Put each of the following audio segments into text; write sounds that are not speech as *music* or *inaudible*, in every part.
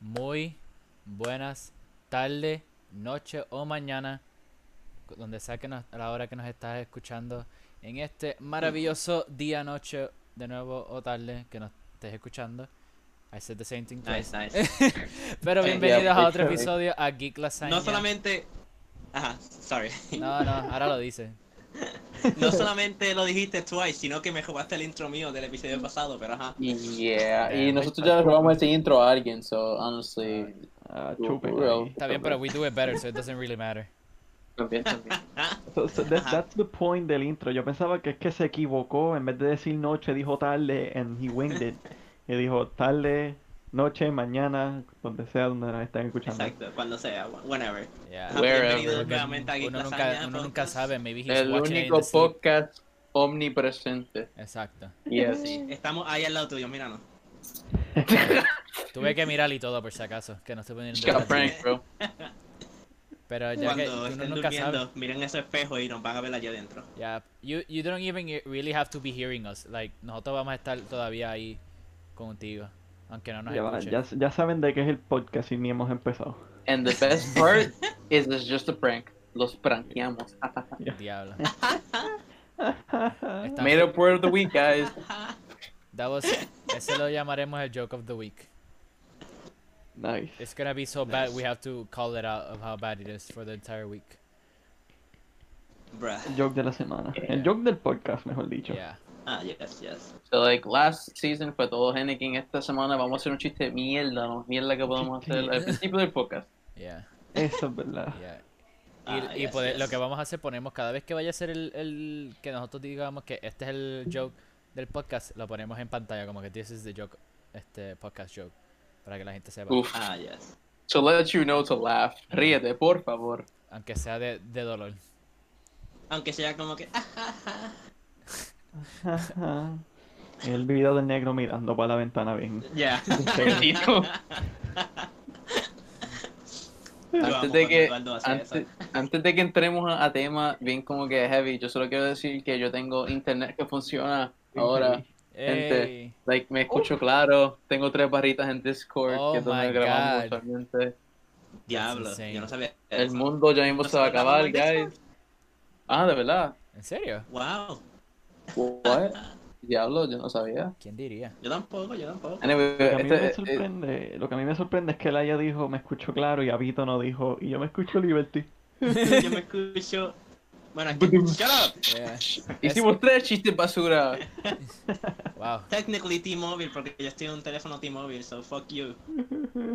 Muy buenas tarde, noche o mañana, donde sea que nos- a la hora que nos estás escuchando, en este maravilloso día, noche, de nuevo o tarde que nos estés escuchando. I said the same thing twice. Nice, nice. *laughs* Pero Yeah, bienvenidos a otro sure. episodio a Geek Lasaña. No solamente. Ajá, *laughs* sorry. No, no, ahora lo dice. No solamente lo dijiste twice, sino que me robaste el intro mío del episodio pasado, pero ajá. Yeah, Yeah. y nosotros ya le robamos este intro a alguien, so honestly. Ah, Well, chupen well. ahí. Está bien, pero we do it better, so it doesn't really matter. También, también. Ah, So- so that- that's the point del intro. Yo pensaba que es que se equivocó. En vez de decir noche, dijo tarde, and he *laughs* winged it. Y dijo tarde, noche, mañana, donde sea donde nos estén escuchando. Exacto, cuando sea, whenever. Yeah. Ajá, Wherever. Bienvenidos Uno nuevamente a Geek Uno Lasaña nunca, uno nunca Podcast. sabe, maybe *laughs* he's El watching it in único the sleep. podcast omnipresente. Exacto. Yes. Estamos ahí al lado tuyo, míranos. Tuve que mirar y todo por si acaso, que no estoy poniendo. Just got prank, bro. Pero ya que Cuando uno estén nunca durmiendo, sabe. miren ese espejo y nos van a ver allá adentro. Yeah, you, you don't even really have to be hearing us. Like, nosotros vamos a estar todavía ahí contigo. Aunque no nos Ya, va, escuche. ya, ya saben de qué es el podcast y ni *laughs* hemos empezado. And the best part is it's just a prank. Los prankeamos. *laughs* Diablo. Está- Made up word of the week, guys. that was- ese lo llamaremos el joke of the week. Nice. It's gonna be so bad we have to call it out of how bad it is for the entire week. Bruh. El joke de la semana. El joke del podcast, mejor dicho. Yeah. Ah, yes, yes. So, like, last season fue todo Henneking. Esta semana vamos a hacer un chiste de mierda, ¿no? Mierda que podemos hacer al principio del podcast. Yeah. Eso *laughs* es verdad. *laughs* Yeah. Y, Ah, y yes, poder- lo yes. que vamos a hacer, ponemos cada vez que vaya a ser el, el- que nosotros digamos que este es el joke del podcast, lo ponemos en pantalla como que this is the joke, este podcast joke, para que la gente sepa, Uf. Ah, yes. So, let you know to laugh. Ríete, por favor. aunque sea de, de dolor. Aunque sea como que. *laughs* ah, Ajá. El video del negro mirando para la *laughs* ventana bien. Ya. Perdido. Antes de que, antes, antes de que entremos a, a tema bien como que heavy, yo solo quiero decir que yo tengo internet que funciona ahora. Gente. Ey, Like, me escucho Oh. claro, tengo tres barritas en Discord Oh que es my donde grabamos God. usualmente. Diablo, That's insane. yo no sabía. El eso. mundo ya mismo se va ¿Nosotros a acabar, grabamos en guys. Ah, de verdad. ¿En serio? Wow. *laughs* What? Diablo, yo no sabía. ¿Quién diría? Yo tampoco, yo tampoco. Anyway, Lo que, a mí me este- eh, sorprende, lo que a mí me sorprende es que Laia dijo me escucho claro y Abito no dijo y yo me escucho Liberty. Yo me escucho. Bueno, aquí. Shut up. Yeah. hicimos tres chistes basura. Wow. Technically T-Mobile, porque yo estoy en un teléfono T-Mobile, so fuck you.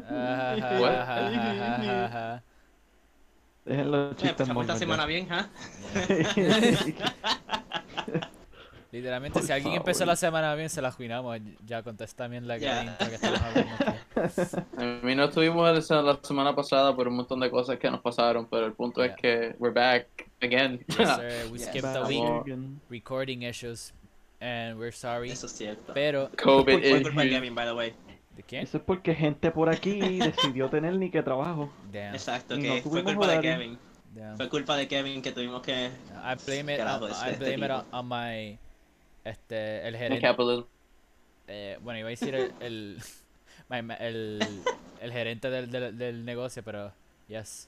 Ah, *laughs* Ajajajajaja. Dejen los Eh, chistes pasamos esta mormos semana ya. bien, ¿ah? *laughs* Literalmente, Por si alguien empezó favor. la semana bien, se la juinamos. Ya contesta bien la Yeah. intro que estamos hablando aquí. A mí no estuvimos el- la semana pasada por un montón de cosas que nos pasaron, pero el punto es Yeah. que we're back again. Yes, sir. We Yes. skipped a Vamos. week. recording issues and we're sorry. Eso es cierto. Pero *laughs* eh, COVID Fue is culpa de huge. Kevin, by the way. ¿de quién? Eso es porque gente por aquí decidió tener ni que trabajo. Damn, Exacto, Y que no fue tuvimos culpa de horario. Kevin. damn. Fue culpa de Kevin que tuvimos que. I blame it. Carajo, on- es I blame este it tipo. on, on my este el The gerente. capitalism. eh, bueno, iba a decir el el, *laughs* my ma- el, el gerente del, del, del negocio, pero yes.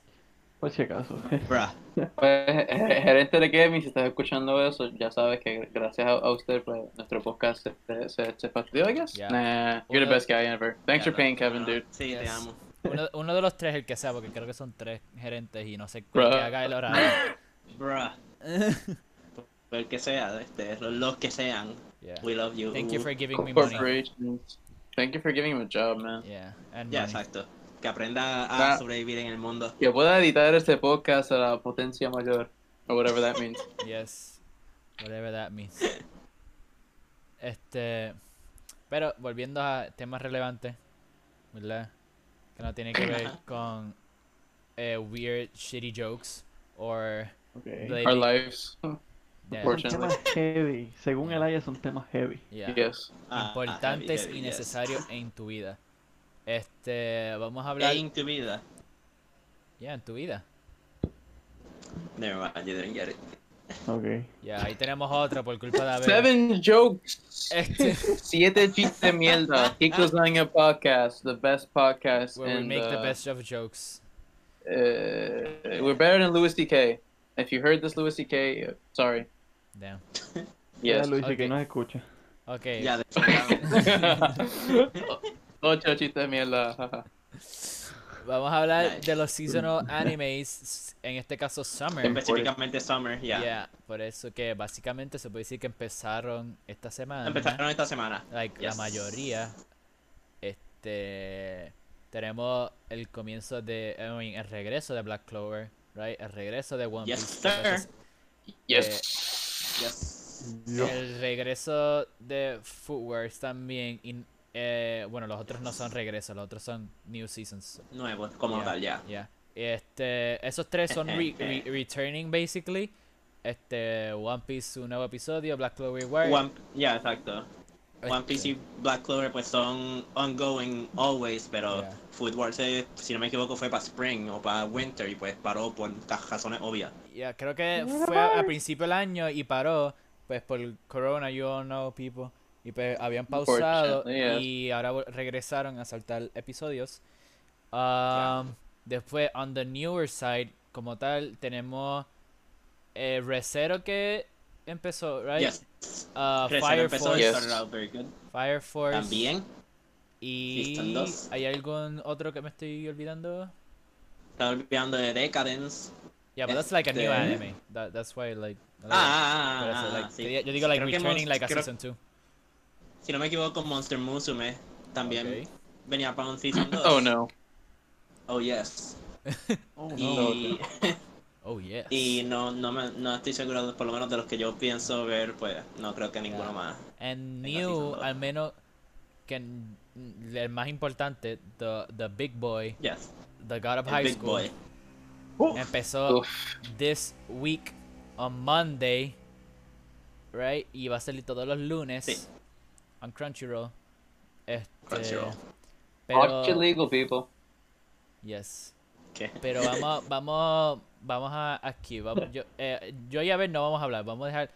Por si acaso. *laughs* Bruh. Pues, eh, eh, gerente de Kevin, si estás escuchando eso, ya sabes que gracias a, a usted, pues, nuestro podcast se, se, se fastidió, I guess. Yeah. Nah, you're the best guy ever. Thanks Ya, for paying, no, Kevin, no, dude. Sí, te Yes. amo. Uno, uno de los tres el que sea, porque creo que son tres gerentes y no sé Bruh. cuál que haga el horario. *laughs* Bruh. Por el que sea, este, los- los que sean. Yeah. We love you. Uh, Thank you for giving me money. Corporations. Thank you for giving him a job, man. Yeah, and Ya, money. exacto. Que aprenda a That- sobrevivir en el mundo. Que pueda editar este podcast a la potencia mayor, or whatever that means. Yes. Whatever that means. Este. Pero volviendo a temas relevantes, ¿verdad? Que no tienen que ver Ajá. con eh, weird, shitty jokes or Okay. blaming- Our lives. yeah, Son Unfortunately. temas heavy. Según el Aya son temas heavy. yeah, Yes. Ah, ah, importantes heavy, y heavy, yes. necesarios en tu vida. Este, vamos a hablar. Ain't to be that. Ya, en tu vida. Never mind, you didn't get it. Ok. Ya, ahí tenemos otro por culpa de Abel. Seven jokes. Este, *laughs* Siete chistes de mierda. Kiko's Lasagna Podcast, the best podcast. where we in make the the- best of jokes. Uh, we're better than Louis DK. If you heard this, Louis DK, uh, sorry. Damn. Yes. Ya lo dice ok. que nos escucha. Ok. *laughs* Ya, de *laughs* Ocho chistes de mierda. *laughs* jaja. Vamos a hablar Nice. de los seasonal animes, en este caso Summer. específicamente Summer, ya. Yeah, por eso que básicamente se puede decir que empezaron esta semana. Empezaron esta semana. Like la Yes. mayoría. Este tenemos el comienzo de I mean, el regreso de Black Clover, right? El regreso de One Yes, Piece. sir. entonces, Yes. Yes. Yo. El regreso de Footworks también. y, eh, bueno, los otros no son regresos, los otros son New Seasons. Nuevo, como Yeah. tal, ya. Yeah. Este, esos tres son re- re- *laughs* returning, basically. Este, One Piece, un nuevo episodio, Black Clover War. One, ya, exacto. One Piece eh. y Black Clover pues son ongoing always, pero Yeah. Food Wars, eh, si no me equivoco, fue para Spring o para Winter y pues paró por ca- razones obvias. Ya, ah, creo que fue a, a principio del año y paró, pues por el corona, yo no, people. Y pues habían pausado Unfortunately, y ahora vol- regresaron a saltar episodios. Um, Después, on the newer side, como tal, tenemos eh, Recero que empezó, right? Yes. Uh, Recién Fire, empezó y Force, Yes. started out very good. Fire Force. También, Y Están dos. hay algún otro que me estoy olvidando. estaba olvidando de Decadence. Yeah, but that's like a new Este- anime. That, that's why like. I like it. Ah, ah, Por ah, eso, ah, like, sí. te- Yo digo like Creo que returning hemos- like a creo- season 2. Si no me equivoco, Monster Musume también Ok. venía para un Season Eh. 2. Oh no. Oh yes. Oh, y Oh yes. y no, no, me, no estoy seguro, por lo menos de los que yo pienso ver, pues no creo que ninguno Ya. más. And Venga, season new, dos. al menos que n- n- el más importante, the, the big boy, Yes. the god of El high Big school, Boy. *laughs* empezó this week on Monday, right? Y va a salir todos los lunes Sí. on Crunchyroll. Este, Crunchyroll. Pero, Watch illegal people. yes. ¿Qué? Pero *laughs* vamos, vamos, vamos a aquí. Vamos, yo, eh, yo y Abel no vamos a hablar. Vamos a dejar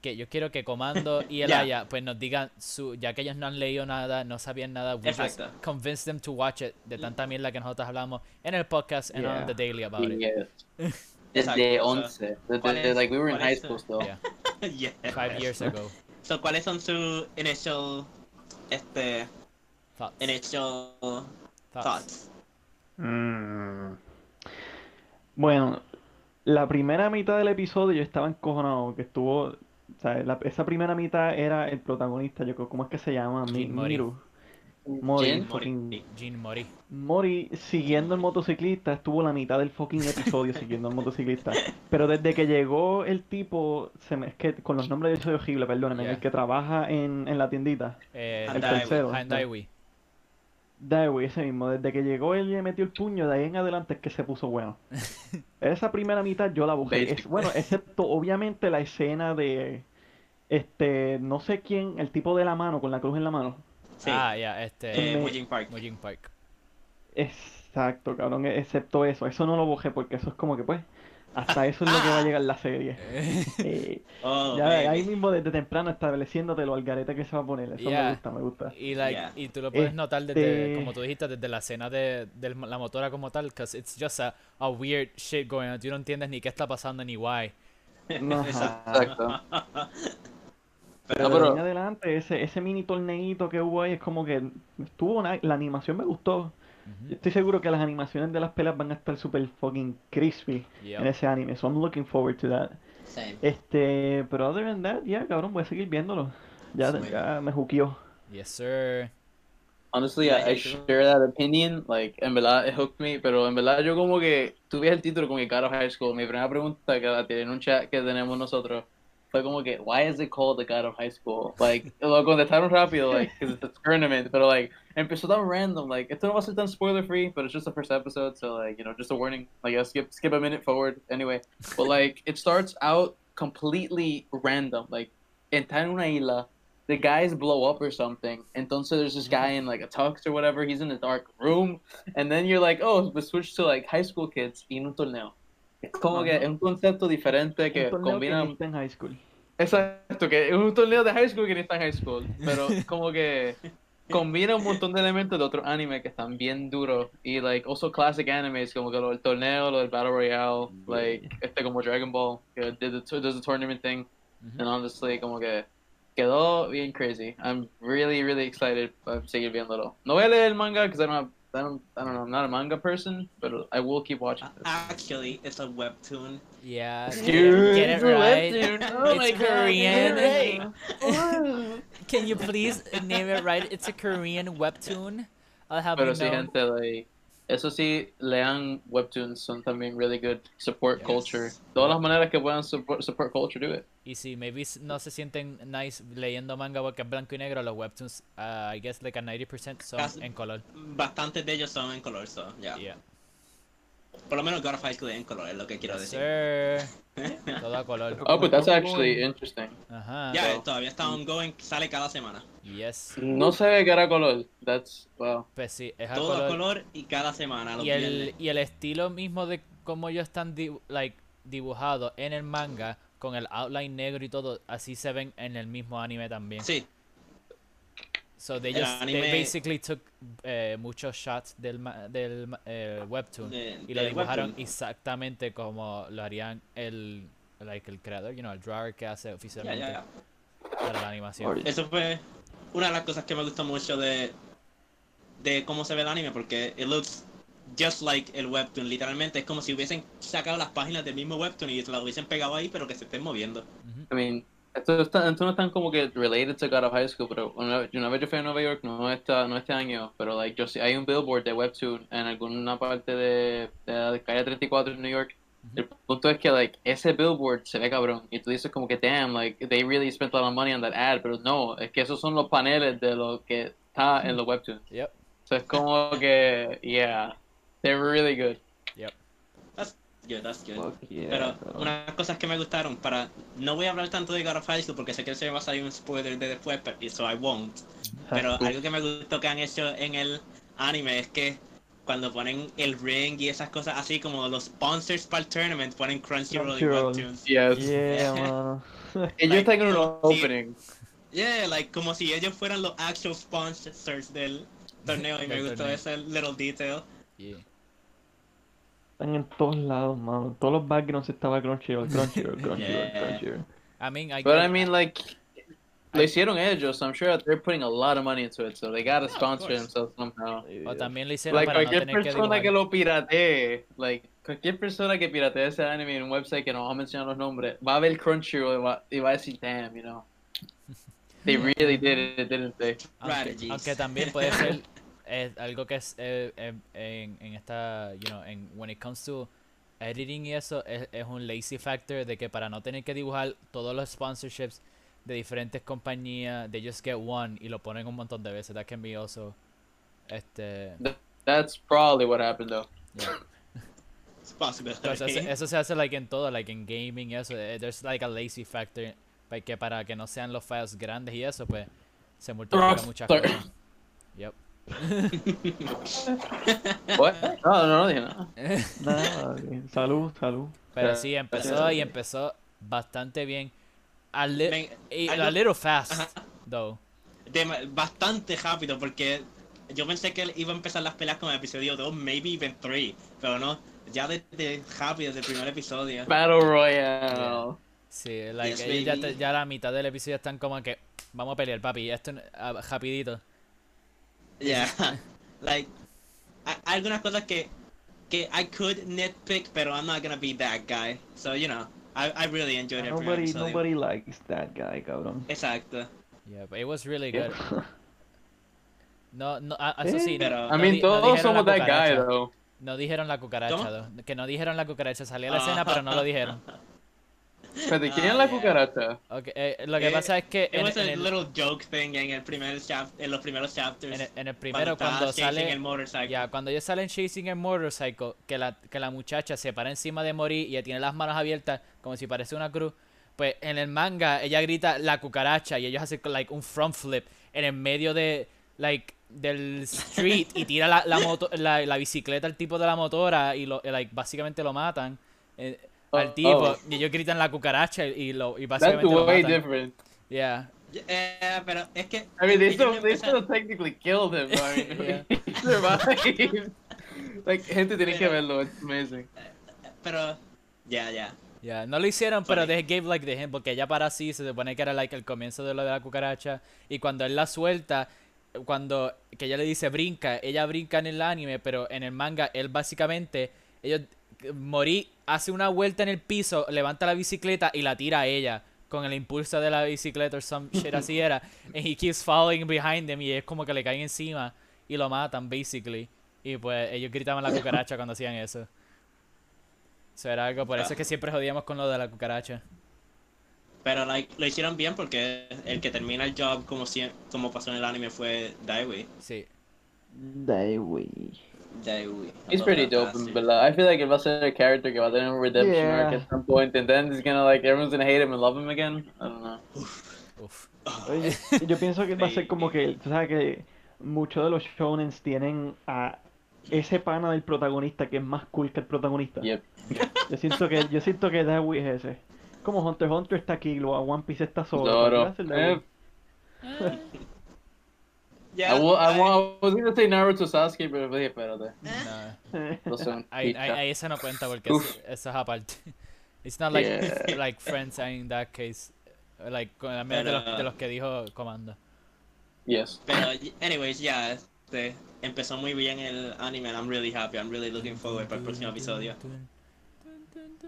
que yo quiero que Comando y el Ya. Aya pues nos digan su, ya que ellos no han leído nada, no sabían nada. We just Exacto. convince them to watch it de tanta mierda que nosotros hablamos en el podcast and on Yeah. the daily about it. Yes. *laughs* Desde Exacto, o sea, once. ¿cuál Desde, es- like we were in cuál high es- school still. Yeah. Yes. Five *laughs* years ago. So, ¿cuáles son sus initial, este, Thoughts. initial Thoughts. thoughts? Mm. Bueno, la primera mitad del episodio yo estaba encojonado, que estuvo, o sea, la- esa primera mitad era el protagonista, yo creo, ¿cómo es que se llama? Mi- Jin Mori. Miru. Mori, Jin fucking- Mori. Jean Mori. Mori siguiendo al motociclista, estuvo la mitad del fucking episodio siguiendo al motociclista. Pero desde que llegó el tipo, se me, es que con los nombres yo soy horrible, perdóname, Yeah. el que trabaja en, en la tiendita, Eh, el Daiwi. tercero. Handaiwi. Daiwi, ese mismo, desde que llegó él le metió el puño, de ahí en adelante es que se puso bueno. Esa primera mitad yo la busqué. Basic. bueno, excepto obviamente la escena de este, no sé quién, el tipo de la mano, con la cruz en la mano. Sí. Ah, yeah, este. eh, me- Wujin Park. Mojin *laughs* Park. Exacto, cabrón, excepto eso. Eso no lo bojé porque eso es como que pues, hasta eso es lo que va a llegar *laughs* la serie. Eh, Oh, ya baby. ahí mismo desde temprano estableciéndote lo al garete que se va a poner. Eso Yeah. me gusta, me gusta. Y, like, Yeah. y tú lo puedes notar desde, Este- como tú dijiste, desde la escena de, de la motora como tal, because it's just a, a weird shit going on. Tú no entiendes ni qué está pasando ni why. No, ajá. *laughs* Exacto. Pero, No, pero- de ahí en adelante, ese, ese mini torneito que hubo ahí es como que estuvo na- la animación me gustó. Yo Ujú. Estoy seguro que las animaciones de las pelas van a estar super fucking crispy Yep. en ese anime, so I'm looking forward to that. Same. Este, pero other than that, ya cabrón, voy a seguir viéndolo. Ya, Sí. ya me juqueó. Yes, sir. Honestly, Yeah, I, I it's true. share that opinion. Like, en verdad, it hooked me. Pero en verdad, yo como que tuve el título como que God of High School. Mi primera pregunta que la tiré en un chat que tenemos nosotros fue como que, why is it called the God of High School? Like, *laughs* lo contestaron rápido, like, because it's a tournament. Pero, like, empezó tan random. Like, esto no va a ser tan spoiler free, but it's just the first episode. So, like, you know, just a warning. Like, I'll skip, skip a minute forward anyway. But, like, it starts out completely random. Like, entrar en una isla. the guys blow up or something. Entonces there's this guy in like a tux or whatever. He's in a dark room, and then you're like, oh, but switch to like high school kids in un torneo. Es como que es un concepto diferente que Un torneo que combina. ni está en high school. Exacto, que es un torneo de high school que ni está en high school, *laughs* pero como que combina un montón de elementos de otros anime que están bien duros y like also classic animes como que lo del torneo, lo del battle royale, like este como Dragon Ball que did the tou- does the tournament thing and honestly como que quedó bien crazy. I'm really really excited para seguir viéndolo. No voy a leer el manga because I don't have, I don't I don't know I'm not a manga person, but I will keep watching. Ah, A- This. Actually, it's a webtoon. Yeah, Dude, get it it's a right. webtoon. Oh It's my God, Korean. you're right. Can you please name it right? It's a Korean webtoon. I'll have Pero you sí, know. gente, like, eso sí, lean webtoons, son también really good. Support Yes. culture. Todas las maneras que puedan support, support culture, do it. Y si maybe s- no se sienten nice leyendo manga porque es blanco y negro, los webtoons, uh, I guess like a 90% Casi. son en color. Bastantes de ellos son en color, so, yeah. Yeah. Por lo menos God of High School es en color, es lo que quiero Yes, decir. sir. Todo *laughs* a color. Oh, but that's actually interesting. Ajá. Ya, so- eh, todavía está ongoing, sale cada semana. Yes. No sabía que era color. That's, wow. Pues sí, es a Todo a color. color y cada semana. Los y el, viernes. y el estilo mismo de cómo ellos están dibu- like, dibujados en el manga, con el outline negro y todo, así se ven en el mismo anime también. Sí, So they El just they anime- basically took eh, muchos shots del, ma- del ma- eh, webtoon De- y lo del dibujaron webtoon. exactamente como lo harían el like el creador, you know, el drawer que hace ya, oficialmente ya, ya. para la animación. Or- Eso fue una de las cosas que me gustó mucho de, de cómo se ve el anime, porque it looks just like el webtoon. Literalmente es como si hubiesen sacado las páginas del mismo webtoon y se las hubiesen pegado ahí, pero que se estén moviendo. Ujú. I mean, esto, está, esto no están como que related to God of High School, pero una, una vez yo fui a Nueva York, no, esta, no este año, pero like, yo, sí- hay un billboard de Webtoon en alguna parte de, de la calle 34 en New York. El punto es que like, ese billboard se ve cabrón y tú dices como que damn, like, they really spent a lot of money on that ad, pero no, es que esos son los paneles de lo que está en los Webtoon. Yep. So es como que, yeah, they're really good. Yeah, that's good. Fuck yeah, Pero bro. unas cosas que me gustaron para... No voy a hablar tanto de God of High School porque sé que se me va a salir un spoiler de después, pero, so I won't. Pero algo que me gustó que han hecho en el anime es que cuando ponen el ring y esas cosas así como los sponsors para el tournament ponen Crunchyroll y Crunchyroll. Webtoons. Yes. Yeah, mano. *laughs* Ellos Like, están en un opening. Yeah, like como si ellos fueran los actual sponsors del *laughs* torneo y me Del gustó torneo. ese little detail. Yeah. Están en todos lados, mano. En Todos los backgrounds estaba Crunchyroll, Crunchyroll, Crunchyroll, Yeah. Crunchyroll. I mean, I But get- I mean, like, lo hicieron ellos. I'm sure they're putting a lot of money into it, so they gotta Yeah, of sponsor course. themselves somehow. o también lo hicieron Like, para no cualquier tener que persona que dibujar. lo piratee, like, cualquier persona que piratee ese anime en un website que no vamos a mencionar los nombres, va a ver Crunchyroll y va, y va a decir, damn, *laughs* you know. They really did it, didn't they? aunque, Strategies. aunque también puede ser eh, algo que es eh, eh, en, en esta you know en when it comes to editing y eso es, es un lazy factor de que para no tener que dibujar todos los sponsorships de diferentes compañías they just get one y lo ponen un montón de veces that can be also este That's probably what *laughs* happened, though. yeah. It's possible. Because eso, eso se hace like en todo like en gaming y eso eh, there's like a lazy factor pa- que para que no sean los files grandes y eso pues se multiplican muchas Rockstar. cosas yep What? No, no, no, dije nada. Nada, salud, salud. Pero sea, sí, empezó gracias. y empezó bastante bien. A, li- Men- y- algo- a little fast, though. Dema- bastante rápido porque yo pensé que iba a empezar las peleas con el episodio 2, maybe even 3, pero no, ya desde rápido, desde el *laughs* primer episodio. Battle Royale. Sí, like, Yes, ellos ya, te- baby. ya la mitad del episodio están como que vamos a pelear, papi. Esto n- ah, rapidito. Yeah. like, hay hay algunas cosas que, que I could nitpick, pero I'm not gonna be that guy. So, you know, I, I really enjoyed every Nobody, episodio. nobody likes that guy, cabrón. Exacto. Yeah, but it was really good. *laughs* No, no, ah, eso Eh, sí. no- pero- I no mean, di- no todos dijeron la somos that guy, cucaracha. though. No dijeron la cucaracha, ¿Cómo? though. que no dijeron la cucaracha. Salía la escena, Ah. pero no lo dijeron. Espérate, ¿quién Ah, es la yeah. cucaracha? Ok, eh, lo que Eh, pasa es que It en, was a en el, little joke thing en el primer chap en los primeros chapters. en el- en el primero, estaba cuando chasing sale el motorcycle. Ya, cuando ellos salen chasing el motorcycle, que la, que la muchacha se para encima de Mori y ella tiene las manos abiertas como si parece una cruz, Pues en el manga ella grita la cucaracha y ellos hacen like un front flip en el medio de like del street y tira la, la, moto, la, la bicicleta al tipo de la motora y lo, like, básicamente lo matan eh, al Oh, tipo oh. y ellos gritan la cucaracha y, y lo y That's básicamente lo way matan. different. Yeah. Eh, pero es que. I mean, they ellos still, no they empezaron- still technically killed him, but I Yeah. mean, *laughs* he survived. like, gente tiene que verlo, it's amazing. Pero. Ya, ya. Yeah, no lo hicieron, pero Sorry. they gave like the hint, porque ella para sí se supone que era like el comienzo de lo de la cucaracha. Y cuando él la suelta, cuando que ella le dice brinca, ella brinca en el anime, pero en el manga, él básicamente, ellos morí, hace una vuelta en el piso, levanta la bicicleta y la tira a ella. Con el impulso de la bicicleta or some shit así era. And he keeps following behind them y es como que le caen encima y lo matan, basically. Y pues ellos gritaban la cucaracha cuando hacían eso. Eso era algo, por eso es que siempre jodíamos con lo de la cucaracha. Pero like, lo hicieron bien porque el que termina el job, como, si, como pasó en el anime, fue Daiwi. Sí. Dai, wey. Daiwi. He's pretty dope, in Bella. I feel like it was a character that was in a redemption arc Yeah. at some point, and then he's gonna like everyone's gonna hate him and love him again. I don't know. Uf. *laughs* Oye, *laughs* yo pienso que va a ser como que, tú sabes que muchos de los shounens tienen a ese pana del protagonista que es más cool que el protagonista. Yep. Yo siento que, yo siento que Dawi es ese. Como Hunter x Hunter está aquí, lo- One Piece está solo. ¿qué va a Zoro. hacer Dawi? Yep. I will. I, will, I was gonna say Naruto Sasuke, but wait, espérate. ¿Eh? No. *laughs* Lo siento. Ahí, ahí, ahí eso no cuenta porque Uf. eso, eso es aparte. *laughs* It's not like, Yeah. like friends in that case. Like, con la menos de los, de los que dijo Comando. Yes. Pero, anyways, ya. este, empezó muy bien el anime and I'm really happy. I'm really looking forward para el próximo episodio.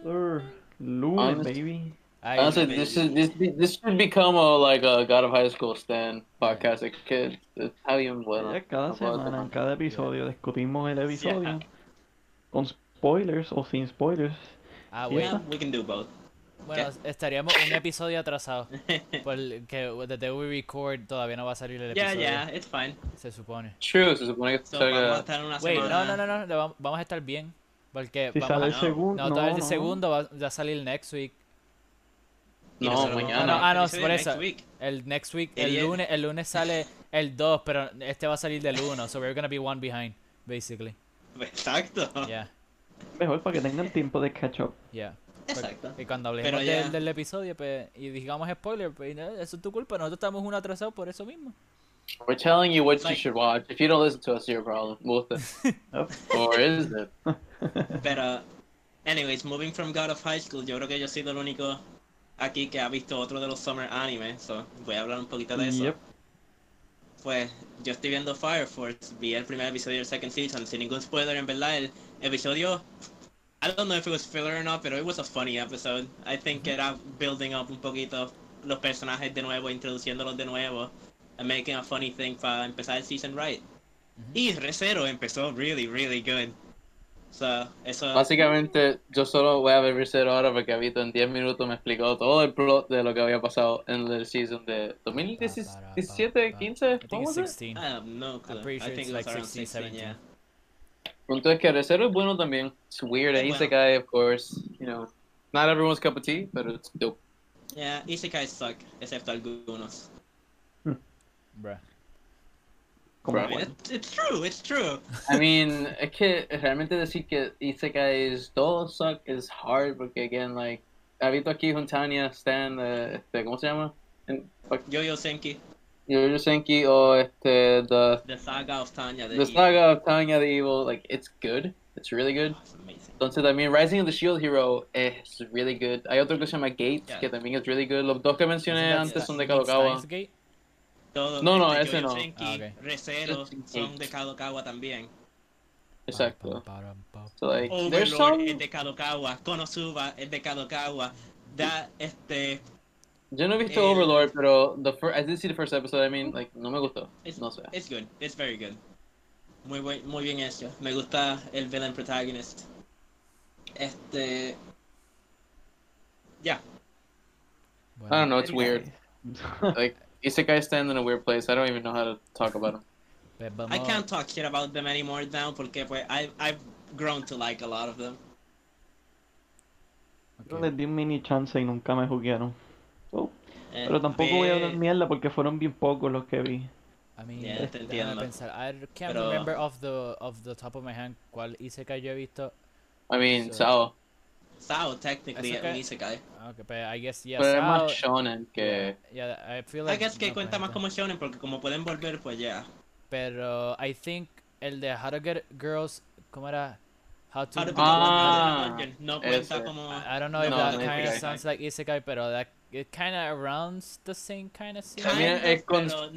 Urgh, Lumen, Honest- baby. Ay, Honestly, this is this this should become a like a God of High School Stan podcast. It could. It's how you Ya bueno. cada semana, en cada episodio, discutimos el episodio. Con spoilers o sin spoilers. ah, Wait. Yeah, bueno. we can do both. *laughs* Bueno, estaríamos un episodio atrasado. Porque desde we record todavía no va a salir el Yeah, episodio. yeah, it's fine. Se supone. True. Se supone que So, vamos a salga. estar una Wait, semana. no, no, no, no, le vam- Vamos a estar bien. Porque Si vamos sale a- el no. segundo. No, todavía el segundo va, va a salir next week. Y No, nosotros vamos a mañana. grabar Ah, no, el es por episodio next eso. week. *laughs* El next week, el Idiot. lunes, el lunes sale el 2, pero este va a salir del 1, so we're gonna be one behind, basically. Exacto. Yeah, Mejor para que tengan tiempo de catch up. yeah. Exacto. Y cuando hablemos Pero ya. del, del episodio pues, y digamos spoiler, pues no, eso es tu culpa, nosotros estamos uno atrasados por eso mismo. We're telling you what you Like- should watch. If you don't listen to us, your problem. We'll Yep. or is it? Pero, anyways, moving from God of High School, yo creo que yo he sido el único aquí que ha visto otro de los summer animes, so voy a hablar un poquito de eso. Yep. Pues, yo estoy viendo Fire Force, vi el primer episodio del second season, sin ningún spoiler, en verdad, el episodio, I don't know if it was filler or not, pero it was a funny episode. I think era building up un poquito los personajes de nuevo, introduciéndolos de nuevo, and making a funny thing para empezar el season right. Y Recero empezó really, really good. So, eso... Básicamente, yo solo voy a beber cero ahora porque Habito en 10 minutos me explicó todo el plot de lo que había pasado en el season de 2017, 15. I think ¿Cómo it's fue? 16. I have no clue. I'm pretty sure Ah, I think it's it like was around 16, 16, 17. yeah. Punto es que Recero es bueno también. It's weird. Es He's a guy, of course. You know, not everyone's cup of tea, but it's dope. Yeah, Isekai suck, excepto algunos. Bruh. Como Bro. I mean, bueno. it's, it's true, it's true. I mean, es que realmente decir que Isekais todos suck is hard porque, again, like, Habito aquí Juntania, Stan, eh, este, ¿cómo se llama? En- Yo-Yo Senki, Yo-Yo Senki o oh, este, The The Saga of Tanya. The saga of Tanya the Evil, like it's good. It's really good. Oh, it's amazing. Entonces, I mean, Rising of the Shield Hero is really good. Hay otro que se llama Gates, Yeah. que también es really good. Los dos que mencioné Isn't that antes Stein- son de isn't that Kadokawa. Steins Gate? Todo No, no, este ese Yo-Yo no. Senki, Ah, ok. Recero, Just in son de case. Kadokawa también. Exacto. Pa, pa, pa, pa. So, like, Overlord there's some... eh, es de Kadokawa, Konosuba es de Kadokawa. Da, este, Yo no he visto eh, Overlord, pero the fir- I did see the first episode. I mean, like, no me gustó. It's- No sé. it's good, it's very good. Muy, buen, muy bien hecho. Me gusta el villain protagonist. Este... Ya, I don't Bueno, know, it's weird. Like, Isekai stand in a weird place. I don't even know how to talk about him. pues I vamos- can't talk shit about them anymore now porque pues I, I've grown to like a lot of them. ok. Yo les di un mini chance y nunca me jugaron. Eh, Pero tampoco ve- voy a hablar mierda porque fueron bien pocos los que vi. I mean, Yeah, te déjame entiendo. pensar. I can't Pero- remember off the, off the top of my hand cuál Isekai yo he visto. I mean, So- Sao. Sao, technically, It's okay. un isekai. Ah, Okay, but I guess, yeah, Pero es Sao- más shonen que. yeah, I feel I like guess que Pues, no cuenta más cuenta. como shonen porque como pueden volver, pues ya. Pero I think el de How to Get Girls, ¿cómo era? How to... How to Become Ah, a Virgin No cuenta ese. como... I I don't know if No, that no es kind of isekai. sounds like Isekai, pero that, it kind of rounds the same kind of Kind scene. También of, pero el no concepto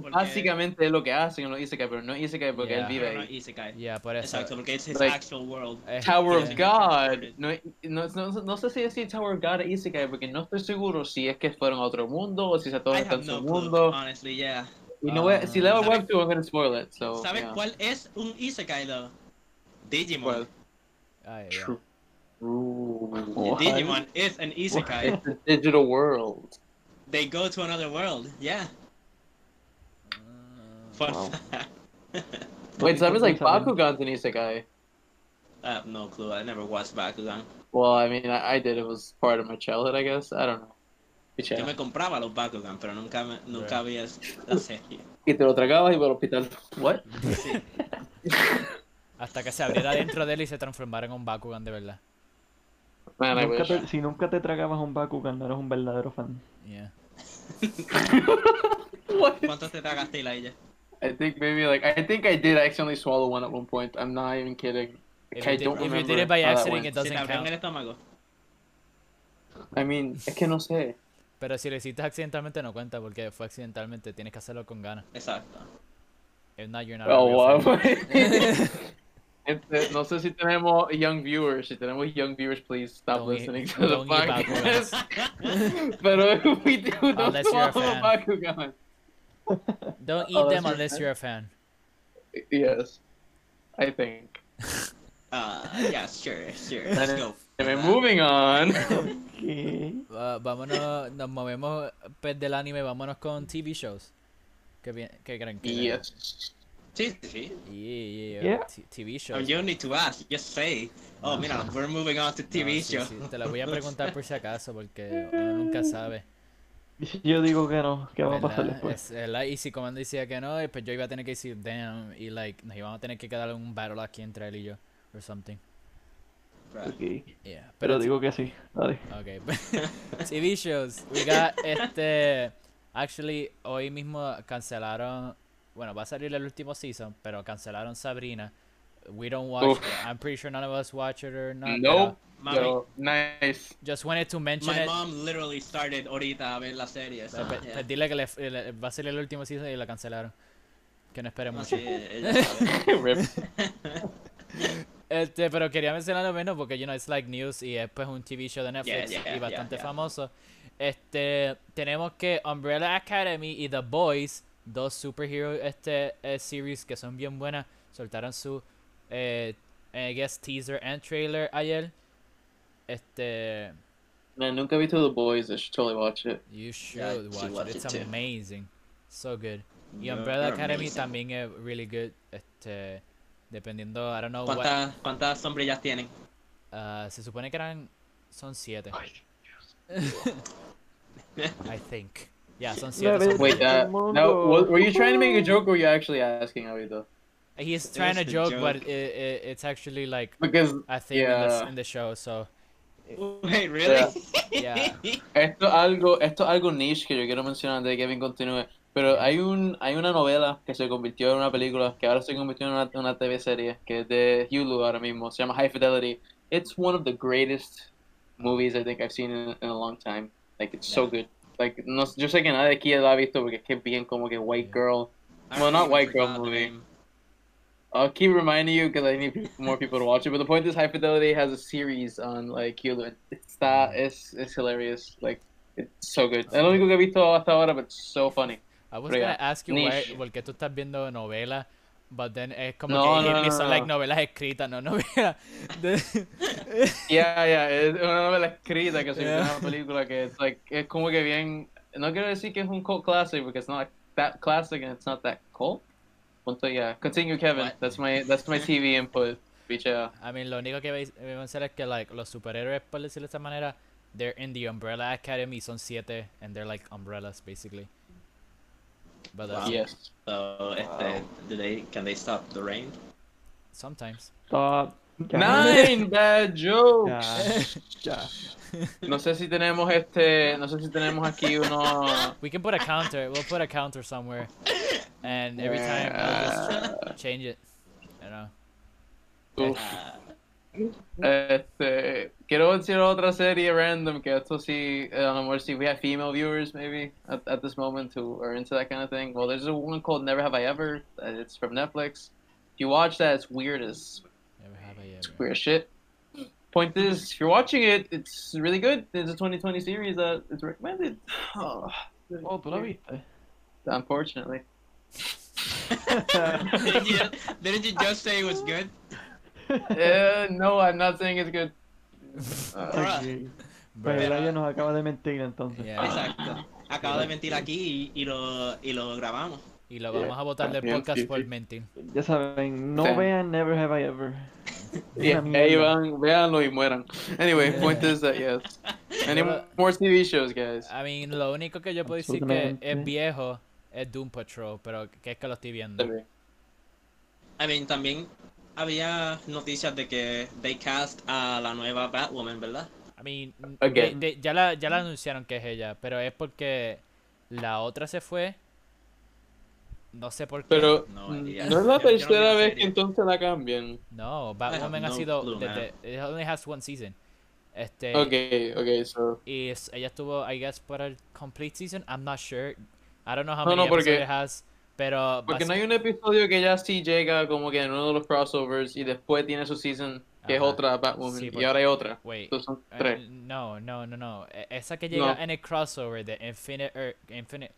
cuenta porque- básicamente es lo que hacen en los Isekai, pero no Isekai porque Yeah. él vive Pero no ahí. es isekai. Yeah, por eso. Exacto, porque es his Like- actual world. Eh, Tower of Sí. God. No, no, no, no sé si decir Tower of God o Isekai, porque no estoy seguro si es que fueron a otro mundo o si se todos I están have en no su mundo. clue, honestly, yeah. Y no voy a- si leo el ¿Sabes? web I'm gonna spoil it. So, ¿Sabes Oh, yeah. cuál es un isekai, though? Well, Digimon. ah, yeah, yeah. true. Ooh. Digimon is an isekai. It's the digital world. They go to another world, yeah. Mm. Fun Wow. fact. Wait, so that Porque means like saben- Bakugan's an isekai. *laughs* I have no clue. I never watched Bakugan. Well, I mean, I, I did. It was part of my childhood, I guess. I don't know. But Yo yeah. me compraba los Bakugan, pero nunca me, nunca vi es- la serie. Y te lo tragabas y para el hospital. What? Sí. Hasta que se abriera dentro de él y se transformara en un Bakugan de verdad. Man, I Nunca wish. te- si nunca te tragabas un Bakugan, no eres un verdadero fan. Yeah. What? ¿Cuántos te tragaste, Elijah? I think maybe like I think I did accidentally swallow one at one point. I'm not even kidding. If I you did- don't if you did remember it by how that accident, went. it ¿Se doesn't te abrió en count. el estómago? I mean, es que no *laughs* sé. Pero si lo hiciste accidentalmente no cuenta porque fue accidentalmente, tienes que hacerlo con ganas. Exacto. *laughs* If not, you're not a Oh, real wow. *laughs* fan. *laughs* Este, no sé si tenemos young viewers. Si tenemos young viewers, please stop Don't eat- listening to the don't eat podcast. *laughs* Pero if we do, don't *laughs* Unless you're a swallow fan. Bakugan. Don't eat *laughs* Oh, them that's your unless fan? you're a fan. Yes, I think. Ah, yeah, sure, sure. Let's go. Anyway, moving on. *laughs* ¿Qué? Va- vámonos, nos movemos pues, del anime, vámonos con TV shows. ¿Qué, pi- qué creen? ¿Qué creen? yes. Sí, sí, sí. Yeah, yeah, Yeah. T- TV Um, shows. you don't need to ask, just say. Oh, mira, we're moving on to Ah. TV No, sí, show. sí, Te la voy a preguntar por si acaso porque uno nunca *laughs* sabe. Y si yo digo que no, ¿qué va a pues. pasar ¿verdad? después? Es- ¿verdad? Y si Comando decía que no, y pues yo iba a tener que decir damn y like nos íbamos a tener que quedar en un battle aquí entre él y yo or something. *laughs* Bruh. Ok. Yeah. Pero t- digo que sí. Dale. Okay. *laughs* TV shows. We got este actually hoy mismo cancelaron bueno, va a salir el último season, pero cancelaron Sabrina. We don't watch Uf. it. I'm pretty sure none of us watch it or not. Nope. Mami, Yo, nice. *laughs* pero Just wanted to mention my it. mom literally started ahorita a ver la serie. So, Pero pe- yeah. pues dile que le- le- va a salir el último season y la cancelaron. Que no espere No, mucho. sí, ella sabe. Rip. Este, pero quería mencionarlo menos porque, you know, it's like news y es pues un TV show de Netflix yeah, y yeah, bastante yeah. famoso. Este, tenemos que Umbrella Academy y The Boys, dos superhero este, eh, series que son bien buenas, soltaron su, eh, I guess, teaser and trailer ayer. Este, Man, nunca vi to the boys. I should totally watch it. you Yeah, should you watch, watch it, it it's too. amazing. So good. Y You're Umbrella Academy amazing. también es really good, este, dependiendo, I don't know what- ¿Cuántas, ¿Cuántas sombrillas tienen? Ah, se supone que eran. Son siete. *laughs* I think. Ya, son siete. ves. son Wait, siete. uh, Mundo. now, wa- were you trying to make a joke or were you actually asking, Alito? He's trying a was a joke, but joke. i i- it's actually like Because a thing in, the, Yeah. in the show, so. Wait, really? *laughs* Yeah. *laughs* esto es algo, esto es algo niche que yo quiero mencionar antes de que Kevin continúe. Pero hay un, hay una novela que se convirtió en una película, que ahora se convirtió en una, una TV serie, que es de Hulu ahora mismo. Se llama High Fidelity. It's one of the greatest movies I think I've seen in, in a long time. Like it's so good. Like no, yo sé que nadie aquí la ha visto porque es que es bien como que white girl. Well, not white girl movie. I'll keep reminding you because I need pe- more people to watch it. But the point is, High Fidelity has a series on like Hulu. It's that it's it's hilarious. Like it's so good. I don't think I've visto hasta ahora, but it's so funny. I was Pero gonna ya, ask you why, niche. porque tú estás viendo novelas, but then es como No, que no, hit me, no, son no, like no. novelas escritas, no *laughs* novelas. de- Yeah, yeah. Es una novela escrita que se Yeah. yeah. una película que it's like es como que bien. No quiero decir que es un cult classic because it's not that classic and it's not that cult. Punto, yeah. Continue, Kevin. What? That's my that's my TV input. pichea. I mean, lo único que veis- vemos hacer es que like, los superhéroes, por decirlo de esta manera, they're in the Umbrella Academy, son siete, and they're like umbrellas, basically. But that's Wow. it. Yes. So, este, do they, can they stop the *laughs* rain? *laughs* sometimes. Stop. Ya, Nine *laughs* bad Ya, jokes. ya. No sé si tenemos este, no sé si tenemos aquí uno. We can put a counter. We'll put a counter somewhere, and every time I'll just change it. You know. Uf. Ah, Este, quiero decir otra serie random que esto sí, a lo mejor si we have female viewers maybe at, at this moment who are into that kind of thing. Well, there's a one called Never Have I Ever. and It's from Netflix. If you watch that, it's weird as Never have I ever. weird as shit. Point is, if you're watching it, it's really good. It's a 2020 series that is recommended. *sighs* Oh, Oh, tú lo viste. unfortunately. didn't, you, didn't you just say it was good? Eh, Uh, no, I'm not saying it's good. Uh, ah. Ok. Bruh. Pero Well- Eladio nos acaba de mentir entonces. Yeah. Exacto. Acabo de mentir aquí y, y lo, y lo grabamos. Y lo vamos a botar del Bien, podcast sí, por sí. mentir. Ya saben, no Sí. vean Never Have I Ever. yeah, Una hey, mierda. vean, veanlo y mueran. Anyway, Yeah. point is that yes. Any Pero- more TV shows, guys? I mean, lo único que yo puedo decir que es Absolutamente. viejo es Doom Patrol, pero que es que lo estoy viendo. I mean, también había noticias de que they cast a la nueva Batwoman, ¿verdad? I mean, n- Again. de- de- ya, la, ya la anunciaron que es ella, pero es porque la otra se fue. No sé por qué. Pero No, mm, ya. no Yo- yo es no la vi tercera la vez serie. que entonces la cambian. no, Batwoman ha no sido clue, desde- it only has one season. Este Okay, okay, so y es- ella estuvo I guess por el complete season, I'm not sure. I don't know how No, many no, porque- episodes it has, pero porque no basi- hay un episodio que ya sí llega como que en uno de los crossovers y después tiene su season que es Ajá. otra Batwoman Sí, y porque- ahora hay otra. wait. Entonces son Eh, tres. No, no, no, no. E- Esa que llega No. en el crossover de Infinite Earth, Infinite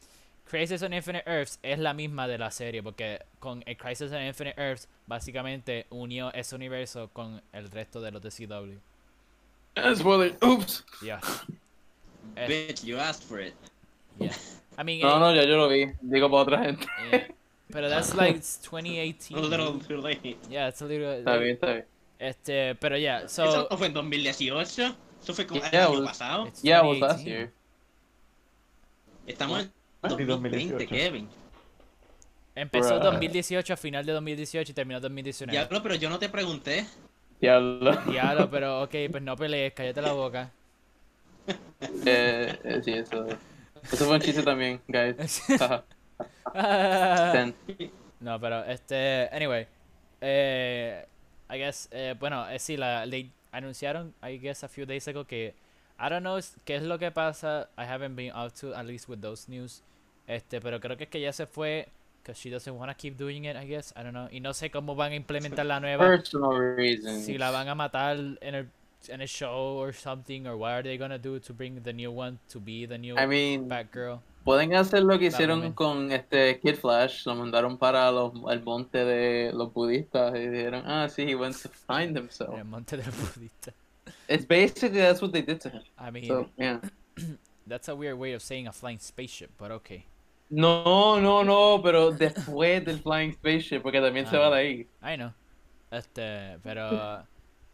Crisis on Infinite Earths es la misma de la serie porque con el Crisis on Infinite Earths básicamente unió ese universo con el resto de los de CW. Ah, Spoiler. Oops. Yeah. Bitch, you asked for it. Yeah. I mean, No, eh, no, ya yo lo vi. Digo para otra gente. yeah. pero that's like it's A little 2018. too late. Yeah, it's a little. Está bien, está bien. Este, pero yeah, ¿Eso so no fue en 2018? ¿Eso fue como Yeah, el año well, pasado? it's Yeah, was last 2018. year. Estamos en Ah, sí, 2020, 2018. Kevin. Empezó Bruh. 2018 a final de 2018 y terminó 2019. Diablo, pero yo no te pregunté. Diablo. Diablo, pero ok, pues no pelees, cállate la boca. *laughs* Eh, eh, sí, eso. Eso fue un chiste también, guys. Ajá, Ah, ten. No, pero este, anyway, eh, I guess, eh, bueno, eh, sí, la, le anunciaron, I guess, a few days ago que, I don't know s- qué es lo que pasa, I haven't been up to, at least with those news, este, pero creo que es que ya se fue, because she doesn't want to keep doing it, I guess, I don't know, y no sé cómo van a implementar la nueva, Personal reasons. si la van a matar en el, en el show or something, or what are they gonna do to bring the new one to be the new I mean, Batgirl. Pueden hacer lo que Batman. hicieron con este Kid Flash, lo mandaron para los, el monte de los budistas y dijeron, ah, sí, he went to en find el himself. monte del budista. It's basically that's what they did to him. I mean, So, yeah. that's a weird way of saying a flying spaceship, but okay. No, no, no, pero después del Flying Spaceship, porque también Ah, se va de ahí. I know. Este, *laughs* pero.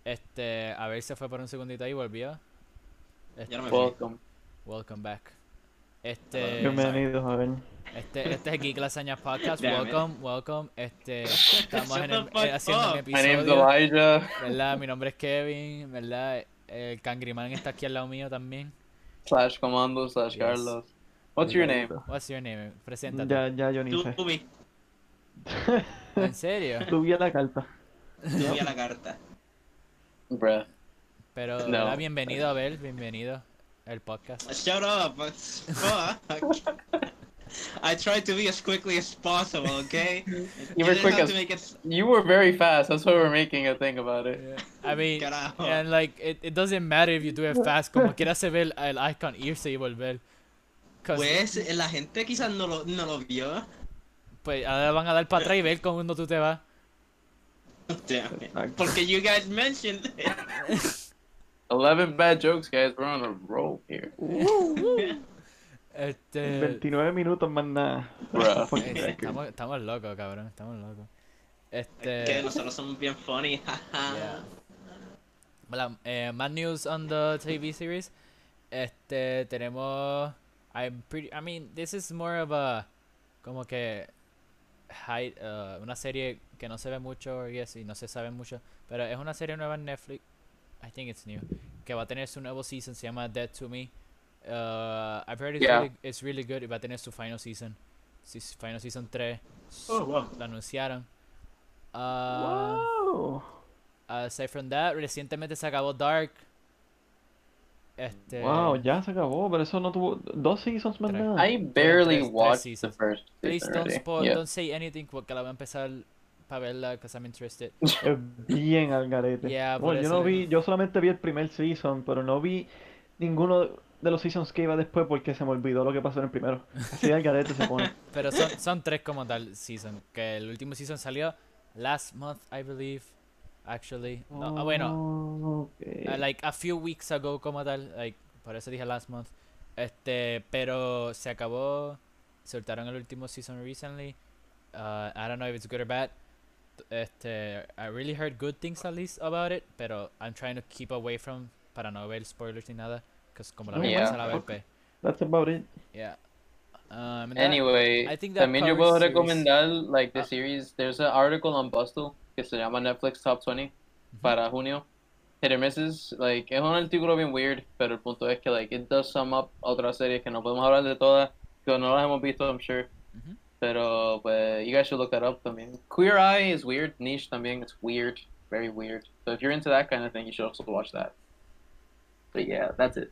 Este, a ver, se fue por un segundito ahí y volvió. Este, Yo no me fui. Welcome. welcome back. Este, Bienvenidos a ver. este, este es Geek *laughs* Lasaña Podcast. Damn it. welcome, welcome. Este, *laughs* estamos en the el- fuck eh, haciendo un up. My name's episodio. Elijah. ¿Verdad? Mi nombre es Kevin, ¿verdad? Eh, El Cangriman está aquí al lado mío también. Slash Commando, slash Yes. Carlos. What's your name? What's your name? Preséntate. Ya, ya, yo ni Tú, sé. Ubi, ¿En serio? *laughs* Subí a *laughs* la carta. tú vi a la carta. Bruh. Pero, No. ¿verdad? bienvenido, Abel, bienvenido al podcast. Shut up. Fuck. I tried to be as quickly as possible, okay? You were didn't quick have as- to make it s- You were very fast. That's why we're making a thing about it. I mean, Carajo. and like it, it doesn't matter if you do it fast, como quiera se ve el, el icon irse y volver. 'Cause, Pues eh, la gente quizás no lo, no lo vio. pues ahora van a dar para atrás y ver cómo uno tú te vas. Damn it. Exacto. Porque you guys mentioned it. 11 bad jokes, guys. We're on a roll here. Este, 29 minutos más nada. Bruh. *laughs* eh, estamos, estamos locos, cabrón, estamos locos. Este, Que nosotros somos bien funny, jaja. yeah. Hola, eh, más news on the TV series. Este, tenemos. I'm pretty. I mean, this is more of a. Como que. hide- uh, una serie que no se ve mucho y así, no se sabe mucho. Pero es una serie nueva en Netflix. I think it's new. Que va a tener su nuevo season. Se llama Dead to Me. Uh, I've heard it's, Yeah. really, it's really good. Y va a tener su final season. Sis- Final season 3. Oh, wow. Lo anunciaron. Ah, Wow. Aside from that, recientemente se acabó Dark. Este, Wow, ya se acabó, pero eso no tuvo dos seasons más Tres. nada. I barely tres watched the seasons. first Please season don't already. spoil, Yeah. don't say anything porque la voy a empezar para verla because I'm interested. Es bien al garete. Yeah, por Bueno, yo eso no le- vi, yo solamente vi el primer season, pero no vi ninguno de los seasons que iba después porque se me olvidó lo que pasó en el primero. Así al garete se pone. Pero son, son tres como tal season. Que el último season salió last month, I believe. Actually. *laughs* No, ah, bueno, Oh, ok. uh, like a few weeks ago como tal. Like, por eso dije last month. Este, pero se acabó. Soltaron el último season recently. Uh, I don't know if it's good or bad. Este, I really heard good things at least about it, pero I'm trying to keep away from para no ver spoilers ni nada, que como la Oh, yeah. se yeah. la ve el Okay. pe. That's about it. Yeah. Um, and that- Anyway, I think that también yo covers puedo series. recomendar like the Ah. series. There's an article on Bustle que se llama Netflix Top 20 Mm-hmm. para junio. Hit or misses, like es un artículo bien weird, pero el punto es que like it does sum up otras series que no podemos hablar de todas que no las hemos visto, I'm sure. Ujú. Pero pues you guys should look that up también. Queer Eye is weird, niche también. It's weird, very weird. So if you're into that kind of thing, you should also watch that. But yeah, that's it.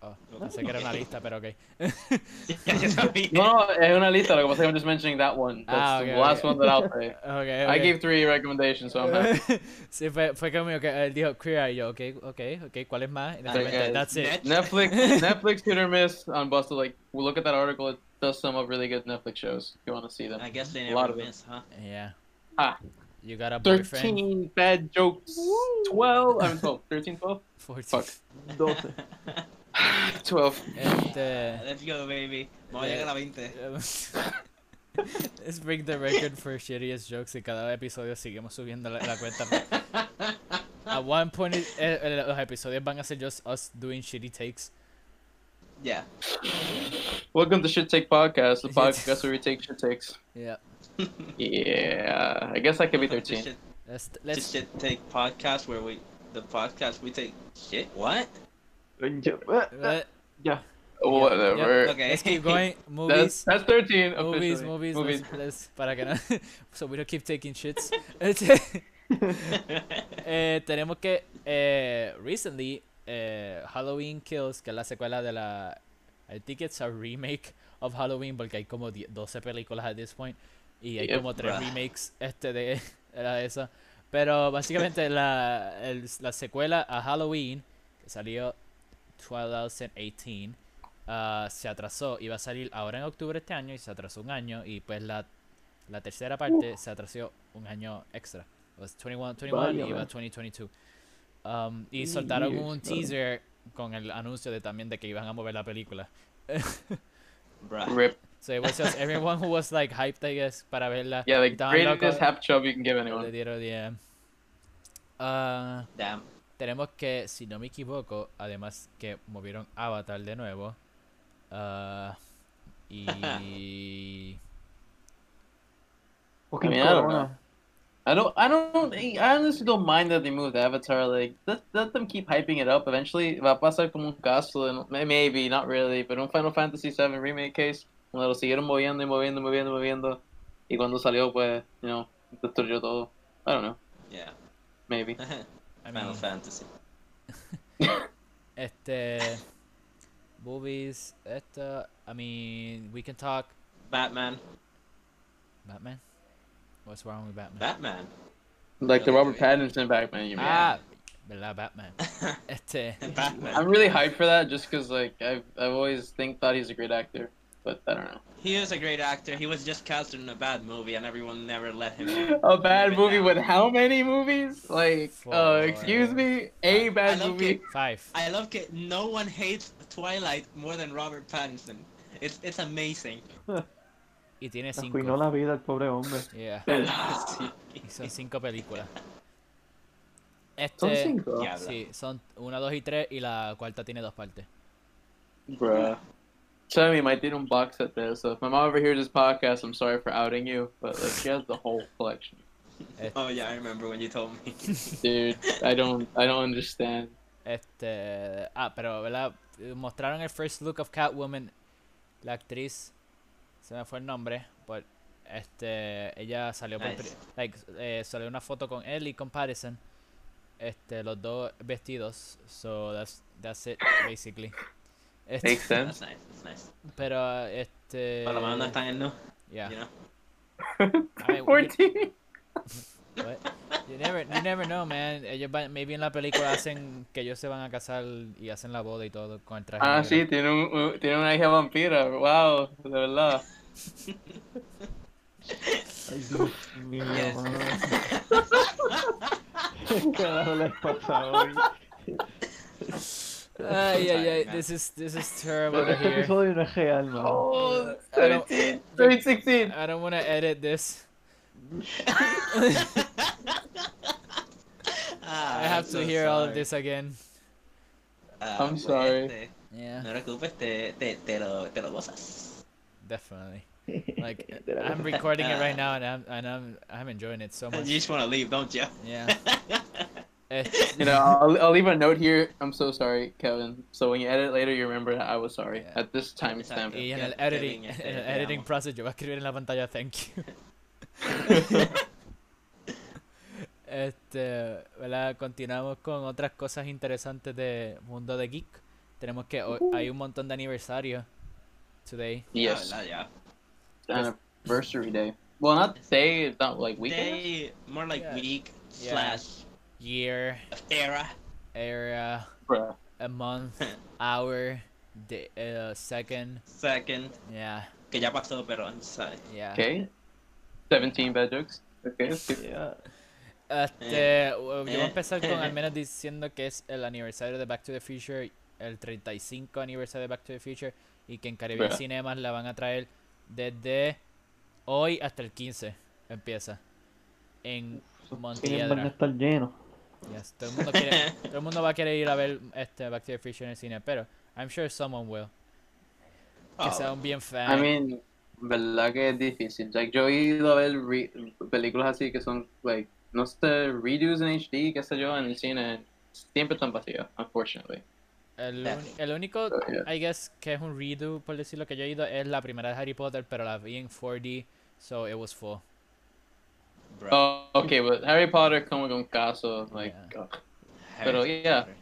Oh, pensé que era una lista, pero ok. *laughs* *laughs* Ya yo sabía. No, no, es una lista. Lo que pasa es que I'm just mentioning that one. That's Ah, the okay, last okay. one that I'll say. Okay, I okay. gave three recommendations, so I'm *laughs* happy. sí, fue, fue conmigo que él dijo Queer Eye, y yo, ok, ok, ok, ¿cuál es más? Y de Ah, repente, guys, that's it. net- *laughs* Netflix, Netflix hit or miss on Bustle. Like, we'll look at that article. It does sum up really good Netflix shows. If you want to see them. I guess they A lot never of them. miss, huh? Yeah. Ah. You got a boyfriend. Thirteen bad jokes. Twelve. I'm twelve. Thirteen. Twelve. *sighs* 14. 12. Twelve. Este. *laughs* Let's go, baby. Vamos a Yeah. llegar a 20. uh, *laughs* Let's break the record for shittiest jokes y cada episodio seguimos subiendo la, la cuenta. At one point, it- eh, eh, los episodios van a ser just us doing shitty takes. *laughs* Yeah. Welcome to Shit Take Podcast, the podcast where we take shit takes. Yeah. Yeah, I guess I could be Just thirteen. shit- Let's, just let's, shit take podcast where we the podcast we take shit. What? Yo- eh, let- Ya. Oh, Whatever. Okay. Er, let's keep *laughs* going. Movies. *laughs* That's that's thirteen. Movies, officially. movies, movies. Let's, let's- para que no, *laughs* so we don't keep taking *laughs* shits. *laughs* Eh, tenemos que eh, recently eh, Halloween Kills, que es la secuela de la I think it's a remake of Halloween porque hay como 10 12 películas at this point y hay Yep. como tres Bruh. remakes este de *laughs* era esa. Pero básicamente la, el- la secuela a Halloween que salió 2018 ah, se atrasó, iba a salir ahora en octubre de este año y se atrasó un año y pues la, la tercera parte se atrasó un año extra. It was 21, 21 y iba Válgame. 2022. Um, y Mm, soltaron yes, un claro. teaser con el anuncio de también de que iban a mover la película. *laughs* Bruh. Rip. So it was just everyone who was like hyped, I guess, para verla. Yeah, like Estaban locos, greatest half job you can give le anyone. dieron 10. Ah, Damn. tenemos que, si no me equivoco, además que movieron Avatar de nuevo. ah, y. fucking I mean, I don't corona. I don't, I don't, I honestly don't mind that they moved Avatar. Like, let, let them keep hyping it up. Eventually, va a pasar como un caso, and may- maybe, not really, pero un Final Fantasy VII Remake case, donde lo siguieron moviendo y moviendo, moviendo, moviendo, y cuando salió, pues, you know, destruyó todo. I don't know, Yeah. *laughs* maybe. I Final mean, Fantasy. este. Movies, esto. I mean, we can talk. Batman. Batman? What's wrong with Batman? Batman. Like the Robert Pattinson Batman, you mean. Ah, ¿verdad? Batman. *laughs* Este. Batman. I'm really hyped for that, just because, like, I've, I've always think thought he's a great actor, but I don't know. He is a great actor. He was just cast in a bad movie, and everyone never let him. A bad Maybe movie not. with how many movies? Like, Four. uh, excuse me, a I bad don't movie. Five. I love it. No one *laughs* hates Twilight more than Robert Pattinson. It's it's amazing. y tiene cinco. Arruinó la vida el pobre hombre. Yeah, Sí. y son cinco películas. Son Este, cinco. Diablo. sí, son una, dos y tres y la cuarta tiene dos partes. Bruh. So me might need a box set there. So if my mom ever hears this podcast, I'm sorry for outing you, but like she has the whole collection. Oh, yeah, I remember when you told me. Dude, I don't I don't understand. Este, ah, pero ¿verdad? Eh, mostraron el first look of Catwoman, la actriz, se me fue el nombre, but este, ella salió por, Nice. pri- like, eh, salió una foto con él y con Patterson, este, los dos vestidos, so that's that's it basically. Este, Makes sense. That's nice, that's nice. pero este, Por lo menos no están en no, Eh, yeah. you know. I *laughs* mean, you- Fourteen. What? You never, you never know, man. Ellos van, maybe en la película hacen que ellos se van a casar y hacen la boda y todo con el traje. Ah, negro. sí, tiene, un, un- tiene una hija vampira. Wow, de verdad. Ay, Dios mío, Yes. mano. *laughs* ¿Qué carajo les pasa hoy? Ay, ay, ay. Sorry, man. This is, this *laughs* is terrible to Este hear. episodio no es real, mano. Oh, I don't- 17, 13, 16. I don't want to edit this. *laughs* Ah, I have I'm to Ah, so hear all of sorry. this again. Ah, I'm pues, sorry. este, Yeah, No te preocupes, te, te, te, lo, te lo gozas. definitely. Like, I'm recording it *laughs* right now and I'm, and I'm, I'm enjoying it so You *laughs* much. just want to leave, don't you? *laughs* Yeah. Este- You know, I'll, I'll leave a note here. I'm so sorry, Kevin. So when you edit later, you remember that I was sorry Yeah. at this timestamp. Y en Kevin, el editing, *laughs* este, en el te editing amo. process yo voy a escribir en la pantalla thank *laughs* you. *laughs* este, ¿verdad? Continuamos con otras cosas interesantes de Mundo de Geek. Tenemos que hoy- hay un montón de aniversarios today. Yes, Ah, ya. anniversary day. Well, not day, it's not like weekend. Day, more like Yeah. week Yeah. slash Year, era. era, Bruh. a month, hour, de, eh, second. Second, Yeah, que ya pasó, pero sabes. yeah. Okay. 17 bad jokes. Okay. let's do- Yeah. Este, yo voy a eh, empezar con al eh. menos diciendo que es el aniversario de Back to the Future, el 35 aniversario de Back to the Future, y que en Caribbean Bruh. Cinemas la van a traer desde hoy hasta el 15. Empieza. En Tienen van a Montiedra. estar *laughs* llenos. Yes, Todo, el mundo *laughs* quiere- todo el mundo va a querer ir a ver este Back to the Future en el cine, pero I'm sure someone will. Que Oh, sea un bien fan. I mean, verdad que es difícil. Like, yo he ido a ver re- películas así que son, like, no sé, redos en HD, qué sé yo, en el cine. Siempre están vacíos, unfortunately. el, yeah. uni- el único So, yeah. I guess que es un redo, por decirlo que yo he ido, es la primera de Harry Potter, pero la vi en 4D, so it was full. bro. Oh, okay, but Harry Potter como con caso, like, oh, Yeah. ugh. Harry pero, yeah. Potter.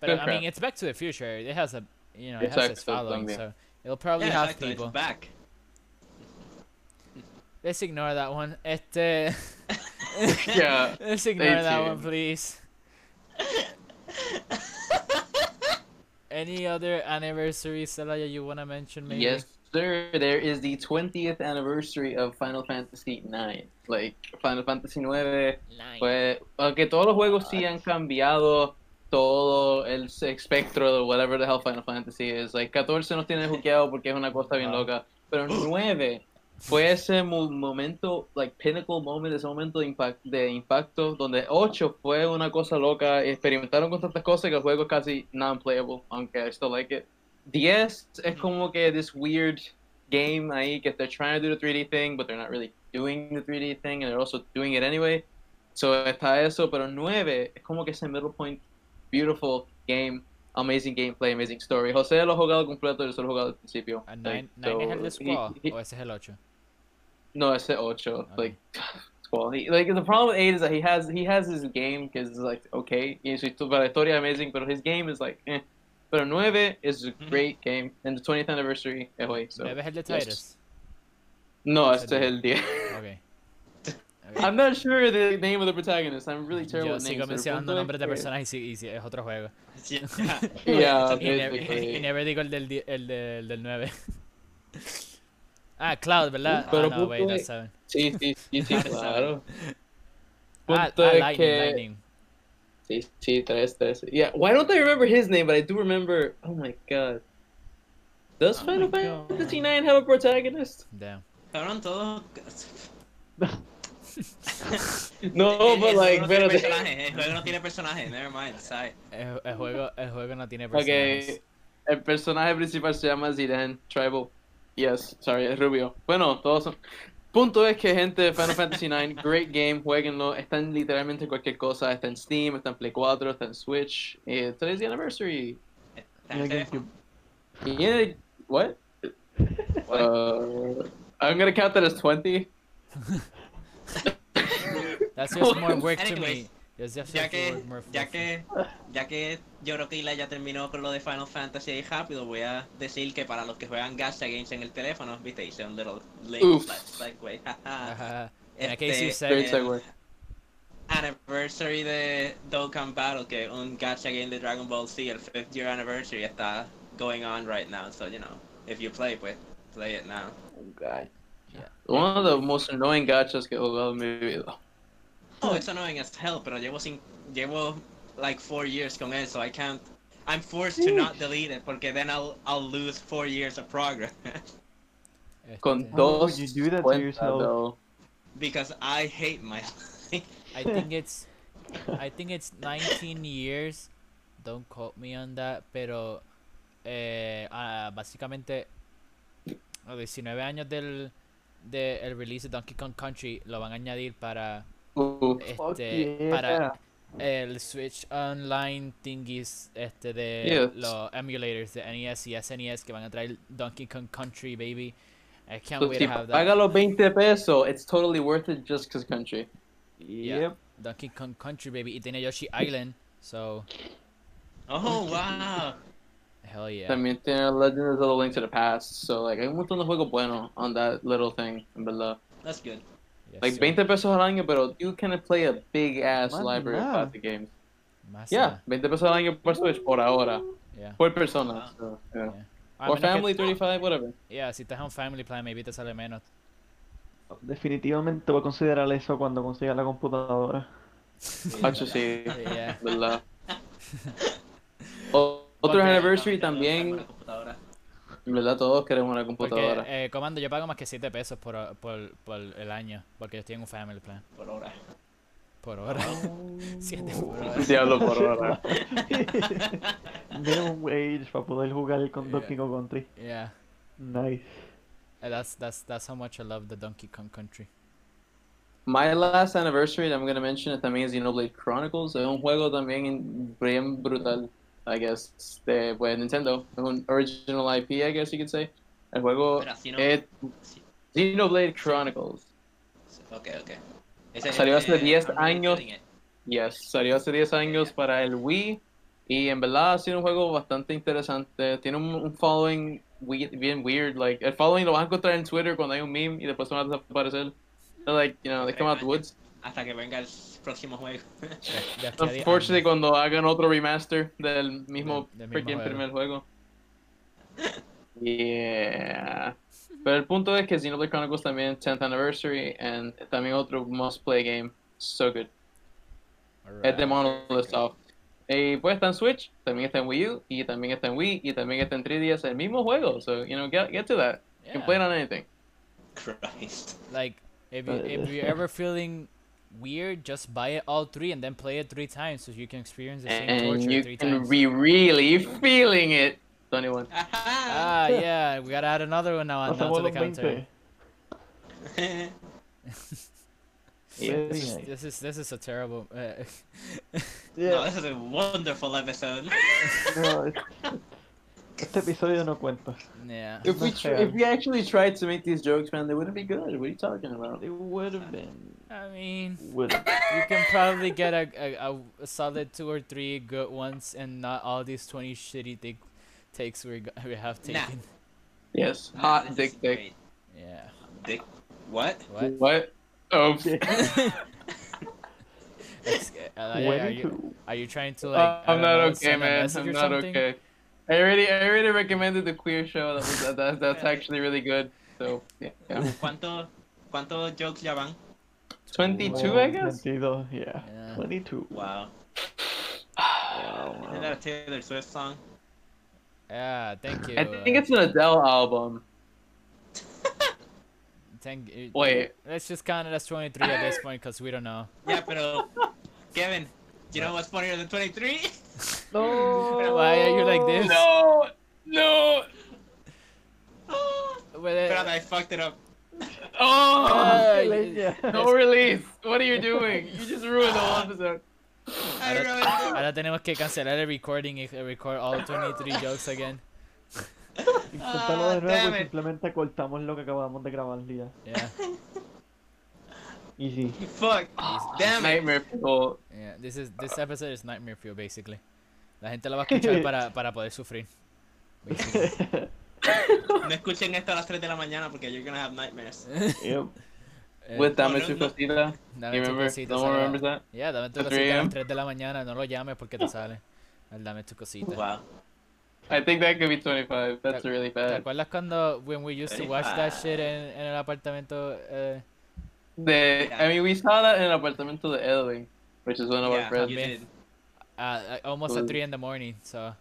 But I Okay. mean, it's Back to the Future. It has a, you know, it has its Exacto, following, también. so it'll probably Yeah, have exactly, it's people. back. Let's ignore that one. Este, *laughs* yeah. let's ignore that one, tuned. please. Any other anniversary, Celaya, you wanna mention? *laughs* Maybe. Yes, sir. There is the 20th anniversary of Final Fantasy IX. Like, Final Fantasy IX Nine. Pues, aunque todos los juegos sí han cambiado todo el espectro de whatever the hell Final Fantasy is. Like, 14 nos tiene juqueado porque es una cosa bien Wow. loca. Pero 9 fue ese mo- momento, like, pinnacle moment, ese momento de, impact, de impacto, donde 8 fue una cosa loca. Experimentaron con tantas cosas que el juego es casi non-playable, aunque I still like it. 10 Mm. es como que this weird game ahí que they're trying to do the 3D thing, but they're not really doing the 3D thing, and they're also doing it anyway. So está eso, pero 9 es como que ese middle point, beautiful game, amazing gameplay, amazing story. José lo ha jugado completo, yo solo he jugado al principio. A Like, nine, nine es el de so, he- Squall, he- o ese es el ocho. no, ese 8. Ah. Like, *sighs* well, he, like the problem with 8 is that he has he has his game because it's like okay, y su histo- para la historia amazing, but his game is like eh. Pero 9 is a great game and the 20th anniversary es hoy. So. Mm-hmm. Nueve es el de yes. Titus. No, Ese este es no. el 10. Okay. *laughs* okay. *laughs* I'm not sure the name of the protagonist. I'm really terrible Yo at names. sigo pero el mencionando punto es nombres de que- personas y si, y si es otro juego. *laughs* Yeah. *laughs* Yeah, Y never, basically. y never digo el del, di- el del, del 9. *laughs* ah, Cloud, ¿verdad? Pero ah, no, wait, punto that's es- seven. Sí, sí, sí, *laughs* sí, Ahora sabe. claro. Ah, Punto ah, es Lightning, que- Lightning. Sí, sí, tres, tres. Yeah, why don't I remember his name, but I do remember. Oh my god. Does Oh Final my Fantasy IX have a protagonist? Damn. Cabrón, todo. No, *laughs* but el like, juego no tiene espérate. personajes, el juego no tiene personajes, never mind, ¿sabes? El, el juego, el juego no tiene personajes. *laughs* Ok, el personaje principal se llama Zidane Tribal. Yes, sorry, es rubio. Bueno, todos son. Punto es que, gente, Final Fantasy IX, *laughs* great game, jueguenlo. Está en literalmente cualquier cosa. Está en Steam, está en Play 4, está en Switch. Eh, today's the anniversary. Está en teléfono. Y en el- *laughs* What? Uh, I'm gonna count that as 20. That's just more work to me. *laughs* That's Anyways, just Ya just que, work more for ya me. que, ya que yo creo que Ila ya terminó con lo de Final Fantasy ahí rápido, voy a decir que para los que juegan Gacha Games en el teléfono, viste, hice un little link, Uf. like, like, wait, *laughs* jaja. Ajá. In case you Este, said Great it. segue. Anniversary de Dokkan Battle, que es un gacha game de Dragon Ball Z, el 5th year anniversary está going on right now, so you know, if you play, pues, play it now. Yeah. One of the most annoying gachas que he jugado en mi vida. Oh, it's annoying as hell, pero llevo sin, llevo like four years con él, so I can't. I'm forced to not delete it porque then I'll I'll lose four years of progress *laughs* Este, Con Why would dos you do that to cuentas, yourself? though. because I hate my life. *laughs* I think it's I think it's 19 years. Don't quote me on that, pero eh, ah, básicamente a 19 años del de el release de Donkey Kong Country lo van a añadir para Uf. Fuck este oh, yeah. para el Switch Online thingies este de Yes. los emulators de NES y SNES que van a traer Donkey Kong Country, baby. I can't So, wait si to have that. paga los 20 pesos, it's totally worth it just 'cause country. Yeah. Yep. Donkey Kong Country, baby. Y tiene Yoshi Island, so Oh wow. hell yeah. También tiene Legend of the Link to the Past, so like hay un montón de juegos buenos on that little thing, en verdad. That's good. Yes, Like sir. 20 pesos al año, pero you can play a big ass Más library of nada. classic games. Más Yeah, nada. 20 pesos al año por Switch por ahora, Yeah. por persona. so, yeah. A menos Or que- family 35, *laughs* whatever. yeah, si estás en un family plan, maybe te sale *laughs* menos. Definitivamente voy a considerar eso cuando consiga la computadora. *laughs* Hacho, sí, Yeah. en verdad. O- Otro *laughs* Porque- anniversary Tengo que también, usar una computadora. en verdad todos queremos una Porque, computadora. eh, comando, yo pago más que 7 pesos por, por, por el año, porque yo estoy en un family plan. Por ahora. Por hora. Oh. *laughs* 7 por hora. *laughs* Diablo por ahora. *laughs* Minimum wage para poder jugar con Yeah. Donkey Kong Country. Yeah. Nice. Eh, That's, that's, that's how much I love the Donkey Kong Country. My last anniversary that I'm gonna mention it también es Xenoblade Chronicles. Es un juego también bien brutal, I guess, de pues, Nintendo. Es un original IP, I guess you could say. El juego Pero así no- es Xenoblade Chronicles. Ok, ok. Ese- Salió ese- hace 10 I'm años. getting it. Yes, salió hace 10 años para el Wii. Y en verdad ha sido un juego bastante interesante. Tiene un, un following we- bien weird. Like, el following lo vas a encontrar en Twitter cuando hay un meme y después se van a desaparecer. They're like, you know, they come out the woods. Hasta que venga el próximo juego. *laughs* De aquí a diez Unfortunately, años. cuando hagan otro remaster del mismo, ah, Del- del mismo freaking juego. *laughs* primer juego. Yeah. Pero el punto es que Xenoblade Chronicles también 10th anniversary and también otro must play game. So good. Es de Alright. Monolith Soft. Y pues está en Switch, también está en Wii U, y también está en Wii, y también está en 3DS, el mismo juego. So, you know, get, get to that. You can Yeah. play it on anything. Christ. Like, if, you, if you're ever feeling weird, just buy it all three and then play it three times so you can experience the same And torture you three can times. be really feeling it. 21. Ajá. ah, yeah, we gotta add another one now on Pasamos to the los counter. 20. Yeah. Very This, nice. this is this is a terrible. Uh, *laughs* *laughs* No, Yeah. this is a wonderful *laughs* episode. No, es- este episodio no cuenta. yeah. If we That's tr- fair. if we actually tried to make these jokes, man, they wouldn't be good. What are you talking about? It would have been. I mean, Would have. you can probably get a, a, a solid two or three good ones and not all these 20 shitty take, takes we got, we have Nah. taken. Yes, This hot is Ah, dick dick. great. Yeah. Dick. *laughs* What? What? What? *laughs* Oh, Ex- uh, Ah, like, When are, to- you, are you trying to like? uh, I I'm don't not know, okay, send a man. message I'm or not something? okay. I already, I already recommended the queer show. That was that, that, that's actually really good. So yeah, *laughs* yeah. ¿Cuánto, ¿Cuántos jokes ya van? 22, I guess. 22, yeah. Yeah. 22. Wow. Isn't that a Taylor Swift song? Yeah. Thank you. I think uh, it's an Adele album. Thank it- *laughs* Wait, Let's just count it as 23 at this point because we don't know. Yeah, *laughs* pero Kevin, you know what's funnier than *laughs* 23? no. Why are you like this? No, no. Oh, Well, eh, God, I fucked it up. Oh, Ay, leña. *laughs* no release. What are you doing? You just ruined the whole episode. I don't know. what to do. ahora tenemos que cancelar el recording y record all 23 jokes again. Ah, Inténtalo de damn nuevo y it. simplemente cortamos lo que acabamos de grabar y ya. Yeah, *laughs* Easy. Fuck. Ah, Damn it. Nightmare people. yeah. Eh, This is this Ah. episode is nightmare fuel basically. La gente la va a *laughs* escuchar para, para poder sufrir. basically. No escuchen esto a las 3 de la mañana porque you're gonna have nightmares. Yep. Eh, With no, damage no, to no. Cosita. dame You tu remember? cosita, No one sale a- remembers that? Yeah, dame tu At 3 cosita a las a.m.? 3 de la mañana, no lo llames porque te sale. Dame tu Ah. cosita. Wow. I think that could be 25. That's really ¿Te bad. acuerdas cuando when we used to watch Ah. that shit en, en el apartamento? eh, The, I mean, we saw that in apartamento de Edwin, which is one of Yeah, our friends. you friends. did. ah, ah, almost at Cool. 3 in the morning, so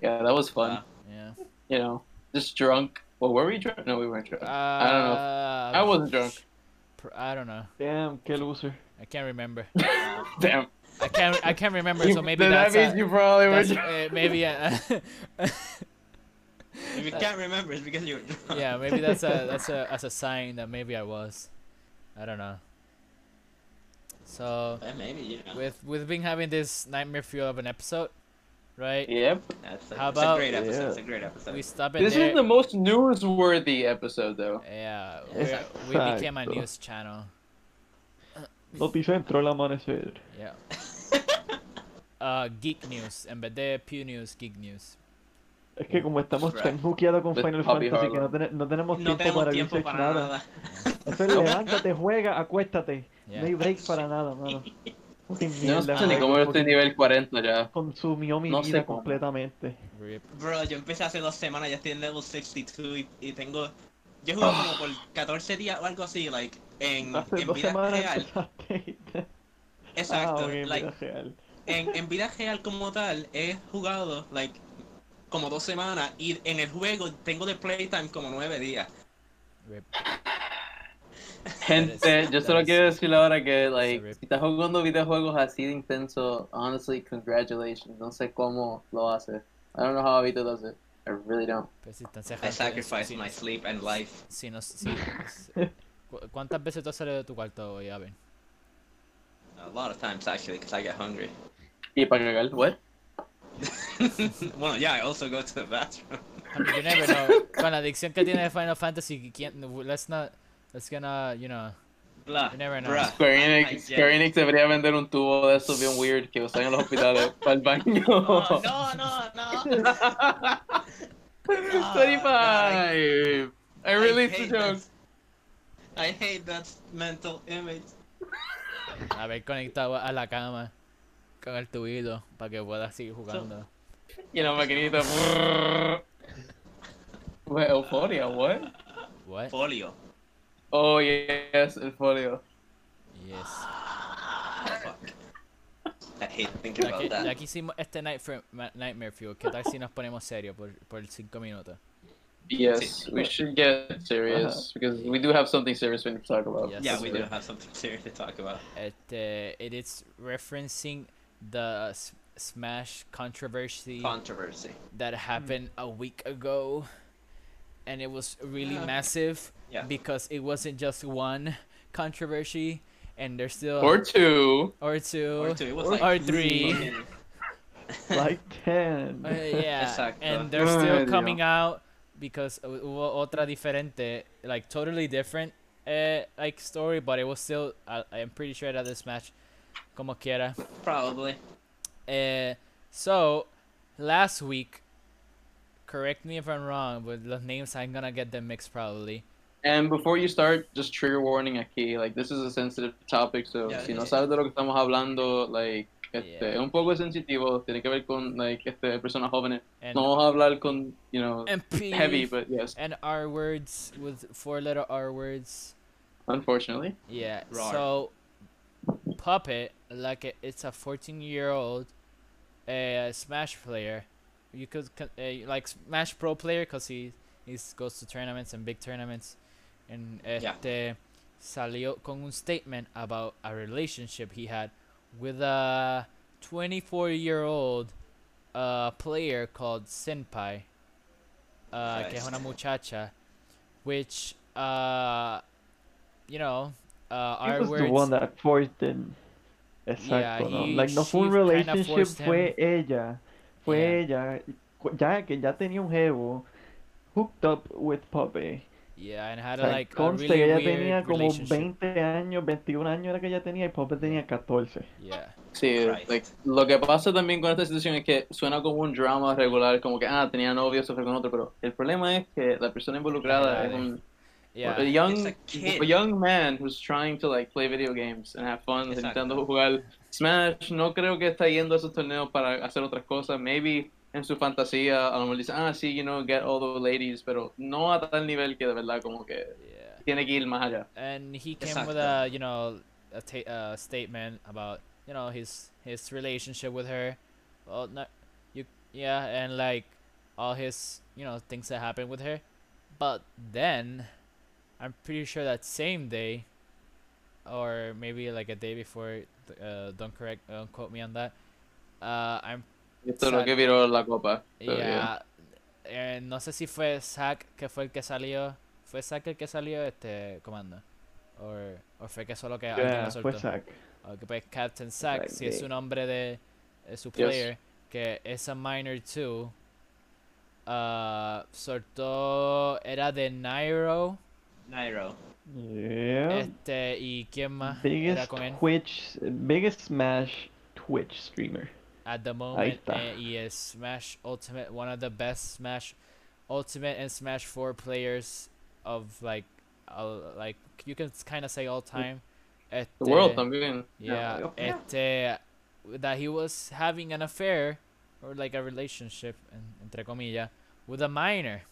Yeah, that was fun. Wow. yeah. You know, just drunk. Well, were we drunk? No, we weren't drunk. Uh, Ah, I wasn't drunk. *laughs* pr- I don't know. Damn, qué loser. I can't remember. Uh, *laughs* Damn. I can't I can't remember, *laughs* You- so maybe then that's, that means a- you probably were that's drunk. eh, maybe a, *laughs* If you can't remember, it's because you were drunk. *laughs* yeah, maybe that's a that's a that's a sign that maybe I was. I don't know. So Well, maybe, you know. with we've been having this nightmare fuel of an episode, right? Yep. That's a, How it's about- a great episode. Yeah. It's a great episode. We stop it This there. is the most newsworthy episode, though. Yeah, Yes. we're- we became a Exacto. news channel. Noticia entró el amanecer. *laughs* Yeah. Uh, geek news en vez de Pew News, Geek News. Es que como estamos Right. tan juqueados con With Final Bobby Fantasy que Harlow. no, ten- no tenemos No tenemos tiempo para tiempo research para nada. nada. Entonces levántate, juega, acuéstate. Yeah. No hay break para *laughs* nada, mano. Fucking No mierda, sé ni mano. cómo este yo estoy nivel 40 ya. Consumió mi No sé vida cómo. completamente. Rip. Bro, yo empecé hace dos semanas, ya estoy en level 62 y, y tengo... Yo jugué como *sighs* por 14 días o algo así, like, en, Hace en dos vida semanas *laughs* real. empezaste. Ah, Exacto, ok, vida like, real. en, en vida real como tal he jugado, like, como dos semanas y en el juego tengo de playtime como nueve días. Rip. Gente, yo solo that is- quiero decirle ahora que, like, rip. si estás jugando videojuegos así de intenso, honestly, congratulations. No sé cómo lo hace. I don't know how Vito does it. I really don't. Persistencia. I gente, sacrificed si- my sleep and life. Si nos, si, *laughs* si- cu- ¿Cuántas veces tú has salido de tu cuarto hoy, Aven? A lot of times actually, because I get hungry. Y para cagar, what? bueno, yeah, I also go to the bathroom. You never know. Con la adicción que tiene de Final Fantasy, ¿quién, let's not, let's gonna, you know. Blah, You never know. bruh. Square Ah, Ay, Enix, ya. Square Enix debería vender un tubo de esos bien weird que usan en los *laughs* hospitales para el baño. Oh, *laughs* no, no, *laughs* no. 25! I released the hate joke. that- I hate that mental image. Haber conectado a la cama con el tubito para que puedas seguir jugando. Y la maquinita. brrrr. *laughs* Wait, Euphoria, what? What? Polio. Oh, yes, Euphoria. Yes. Fuck. I hate thinking Ya about que, ya that. que hicimos este night Fu- ma- Nightmare Fuel, ¿qué tal si nos ponemos serio por, por 5 minutos? Yes, we should get serious because we do have something serious we need to talk about. Yes. Yeah, we do have something serious to talk about. Este, it is referencing the S- Smash controversy Controversy. that happened a week ago. And it was really Yeah. massive Yeah. because it wasn't just one controversy, and there's still Or two. or two. Or two, it was or- like or three. fucking- Like *laughs* 10. Uh, yeah, Exacto. and they're still Ay, Dios. coming out because hu- hubo otra diferente, like totally different, eh, like story, but it was still. I, I'm pretty sure that this match, como quiera. Probably. Eh, so last week, correct me if I'm wrong, but the names I'm gonna get them mixed probably. And before you start, just trigger warning aquí. Like, this is a sensitive topic, so Yeah, si no yeah. sabes de lo que estamos hablando, like, este, Yeah. es un poco sensitivo. Tiene que ver con, like, este, personas jóvenes. And No vamos a hablar con, you know, and P heavy, but yes, and R words with four letter R words. unfortunately. Yeah. Right. So, Puppet, like it- it's a 14 year old uh, Smash player. You could con- uh, like Smash Pro player because he, he goes to tournaments and big tournaments And Yeah. este salió con un statement about a relationship he had with a 24 year old uh, player called Senpai, uh, que es una muchacha, which, uh, you know, uh, He our was the words. one that forced it. Exacto, ¿no? he- Like, no fue un she kinda relationship, forced fue ella. Fue ella. cu- Ya que ya tenía un jevo hooked up with Poppy. Yeah, and had O a, sea, like a conste really que ella weird tenía como relationship. 20 años, 21 años era que ella tenía y Poppy tenía 14. Yeah. Sí, Right. like, lo que pasa también con esta situación es que suena como un drama regular, como que, ah, tenía novio, se fue con otro, pero el problema es que la persona involucrada es un a Yeah. young, It's a kid. a young man who's trying to like play video games and have fun, Exacto. intentando jugar Smash. No creo que está yendo a esos torneos para hacer otras cosas. Maybe en su fantasía a lo mejor dice, ah, sí, you know, get all the ladies, pero no a tal nivel que de verdad como que Yeah. tiene que ir más allá. and he came with Exacto. a you know a ta- uh, statement about you know his his relationship with her well not you yeah and like all his you know things that happened with her but then i'm pretty sure that same day or maybe like a day before th- uh, don't correct don't quote me on that uh, i'm Esto es lo Exacto. que viró la copa. Pero, yeah. yeah. ah, Eh, no sé si fue Zack que fue el que salió. ¿Fue Zack el que salió este comando? ¿O fue que solo que alguien lo Yeah, fue soltó? Zack. Ok, pues Captain Zack, si es Zack, su nombre de eh, su player, que es a minor 2, ah, soltó. Era de Nairo. Nairo. Yeah. Este, ¿y quién más era Biggest con él? Twitch, biggest Smash Twitch streamer. at the moment está. eh, y es Smash Ultimate one of the best Smash Ultimate and Smash 4 players of like uh, like you can kind of say all time at The world también. yeah, Yeah. este that he was having an affair or like a relationship en- entre comillas with a minor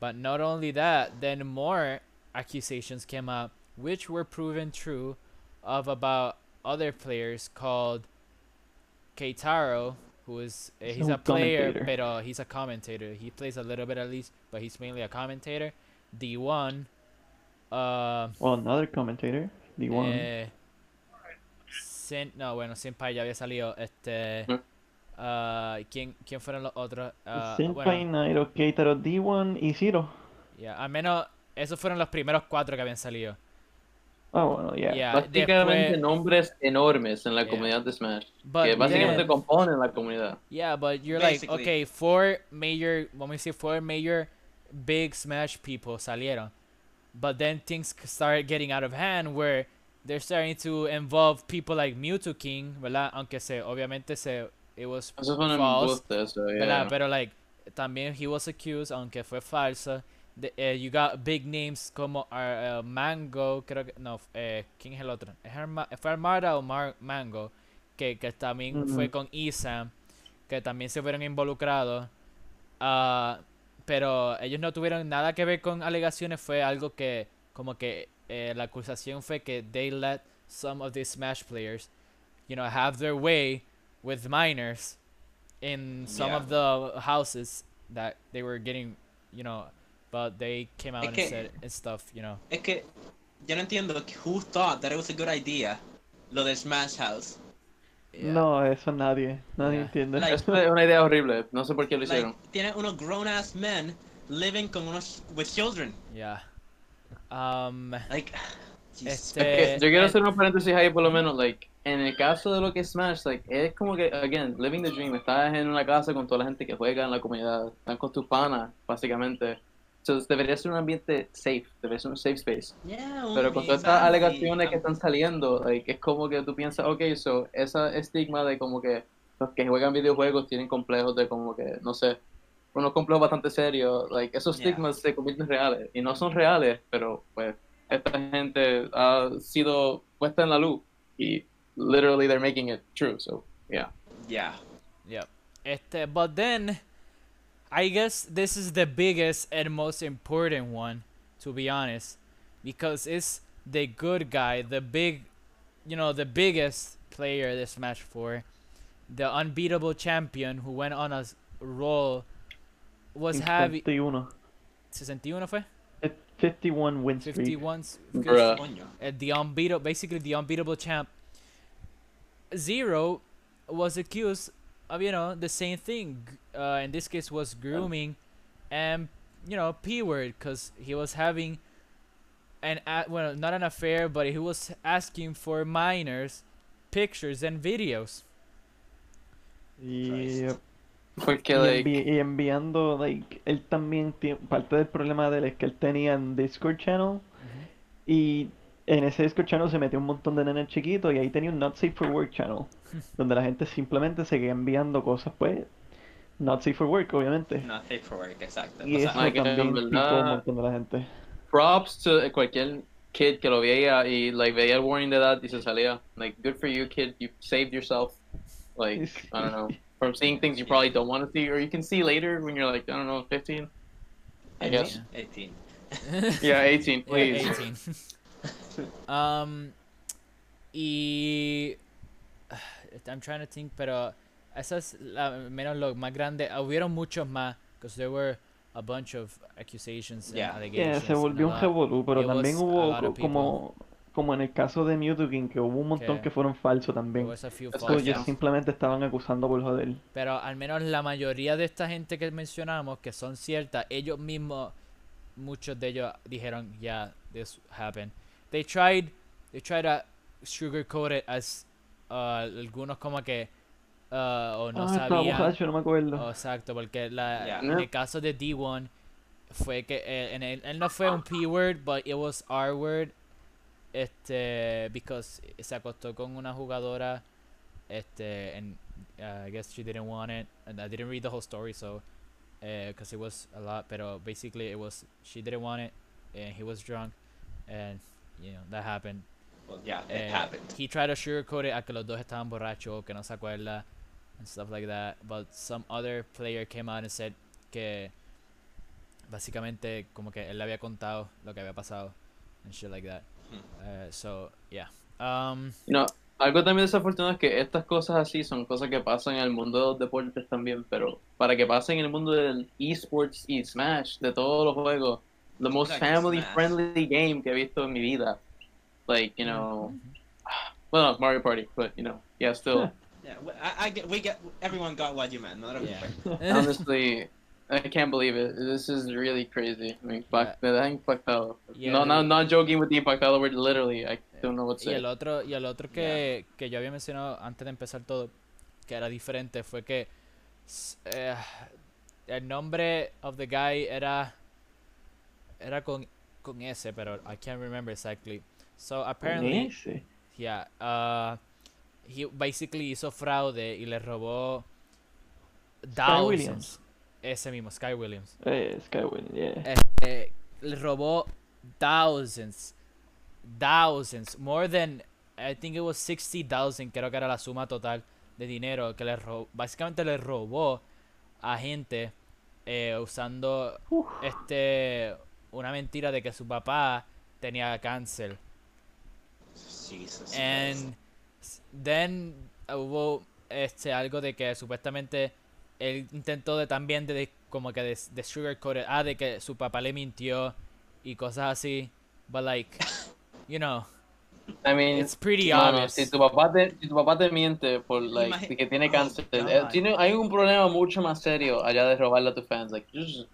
but not only that then more accusations came up which were proven true of about other players called Keitaro who is eh, he's No a player commentator. but he's a commentator he plays a little bit at least but he's mainly a commentator D1 um Well, another commentator, the one. eh, Sen- no, bueno, Senpai ya había salido. Este. Ujú. ah, ¿quién, ¿Quién fueron los otros? Ah, Senpai bueno, Nairo Keitaro D1 y Zero. ya, al menos esos fueron los primeros cuatro que habían salido. Ah, bueno, yeah. Ya, Básicamente después- nombres enormes en la Yeah. comunidad de Smash. but que básicamente then- componen la comunidad. Yeah, but you're like, Basically. okay, four major, when we say four major big Smash people salieron. But then things c- started getting out of hand where they're starting to involve people like Mewtwo King, ¿verdad? Aunque se, obviamente se, it was Eso fue un false. embuste, eso, ¿verdad? yeah. Pero, like, también he was accused, aunque fue falsa. de- eh, you got big names como ah, eh, Mango, creo que. No, eh, ¿quién es el otro? ¿Es Arma- ¿Fue Armada o Mar- Mango? Que, que también fue Ujú. con Isa, que también se fueron involucrados. Ah, pero ellos no tuvieron nada que ver con alegaciones, fue algo que, como que eh, la acusación fue que they let some of these Smash players, you know, have their way with minors in some Yeah. of the houses that they were getting, you know, but they came out Es and que- said and stuff, you know. Es que yo no entiendo who thought that it was a good idea lo de Smash House. Yeah. No, eso nadie. Nadie Yeah. entiende. Like- Esto es una idea horrible, no sé por qué lo Like, hicieron. tiene unos grown ass men living con unos with children. Yeah. Um. Like Jesus. Este- Es que yo quiero eh, hacer un paréntesis ahí por lo menos, like, en el caso de lo que es Smash, like, es como que, again, living the dream, estás en una casa con toda la gente que juega en la comunidad, están con tus panas, básicamente. Entonces debería ser un ambiente safe, debería ser un safe space. Yeah, un Pero con todas bizarro, estas alegaciones sí, que están saliendo, like, es como que tú piensas, ok, so, ese estigma de como que los que juegan videojuegos tienen complejos de como que, no sé, unos complejos bastante serios, like, esos Yeah. estigmas se convierten reales, y no son reales, pero pues esta gente ha sido puesta en la luz, y literally they're making it true, so, yeah. Yeah. Yeah. Este, but then, I guess this is the biggest and most important one, to be honest, because it's the good guy, the big, you know, the biggest player this match for, the unbeatable champion who went on a s- roll, was having 61. 61 fue. Eh, 51 win streak. 51 Bruh. Coño. uh, the unbeatable, basically the unbeatable champ. Zero was accused of you know the same thing. g- Uh, in this case, was grooming, and you know p word because he was having an a- well not an affair, but he was asking for minors pictures and videos. *laughs* Yep. Porque, Y, like, envi- y enviando, like, él también tie- parte del problema de él es que él tenía un Discord channel y en ese Discord channel se metió un montón de nenes chiquitos y ahí tenía un Not Safe for Work *laughs* channel, donde la gente simplemente seguía enviando cosas, pues, Not Safe for Work, obviamente. No, safe for work, exacto. Y O sea, eso Ay, que en también picó verdad- un montón de la gente. props to cualquier kid que lo veía y, like, veía el warning de edad y se salía. Like, good for you, kid. You saved yourself. Like, I don't know. From seeing things you probably don't want to see, or you can see later when you're, like, I don't know, 15? I guess. 18. *laughs* Yeah, 18, Yeah, please. 18. *laughs* um, y. *sighs* I'm trying to think, pero. Esa es la menos lo más grande. Hubieron muchos más, because there were a bunch of accusations Yeah. and Yeah, allegations. se and volvió un a lot. revolú, pero it también was a hubo lot of co- como, como en el caso de Mewtwoking, que hubo un montón Que- que fueron falsos There también. was a few That's false So, ellos yeah. simplemente estaban acusando por joder. Pero al menos la mayoría de esta gente que mencionamos, que son ciertas, ellos mismos, muchos de ellos dijeron, yeah, this happened. They tried, they tried to sugarcoat it as, uh, algunos como que, uh, o no ah, estaba sabían. Oh, borracho, no me acuerdo. o exacto, porque la, Yeah. en el caso de D1 fue que, eh, en el- él no fue un P word, but it was R word, este, because se acostó con una jugadora, este, and uh, I guess she didn't want it, and I didn't read the whole story, so, because it was a lot, pero basically it was, she didn't want it, and he was drunk, and, you know, that happened. Well, yeah, Eh, it happened. He tried to sugarcoat it a que los dos estaban borrachos, que no se acuerda, and stuff like that. But some other player came out and said que básicamente como que él le había contado lo que había pasado and shit like that. Hmm. Eh, so yeah. Um, No, algo también desafortunado es que estas cosas así son cosas que pasan en el mundo de los deportes también, pero para que pasen en el mundo del esports y Smash, de todos los juegos, the most Exacto, family Smash. friendly game que he visto en mi vida. Like, you know, well, no, Mario Party, but you know, yeah, still, Yeah, we- I, I get, we get, everyone got what you meant. No te Yeah. preocupes. *laughs* honestly, I can't believe it. This is really crazy. I mean, fuck, yeah. that impactado. Yeah, no, no, dude. not joking with the impactado word, literally, I don't know what to y el say. otro y el otro que, que yo había mencionado antes de empezar todo que era diferente fue que s- eh, el nombre of the guy era era con con S pero I can't remember exactly so apparently Ese. Yeah. Uh, he basically hizo fraude y le robó Williams. thousands. Ese mismo, Sky Williams. Eh, Skywin, yeah. Eh, le robó thousands, thousands, more than I think it was 60,000, creo que era la suma total de dinero que le robó, básicamente le robó a gente eh, usando Uf. este una mentira de que su papá tenía cáncer. Jesus. And s- then uh, hubo este algo de que supuestamente él intentó de también de, de- como que de, de sugarcoat it, ah de que su papá le mintió y cosas así but like you know I mean, it's pretty Mano, obvious si tu papá te, si tu papá te miente por like, Imagi- que tiene Oh, cáncer, God. eh, tiene, hay un problema mucho más serio allá de robarle a tus fans, like this is a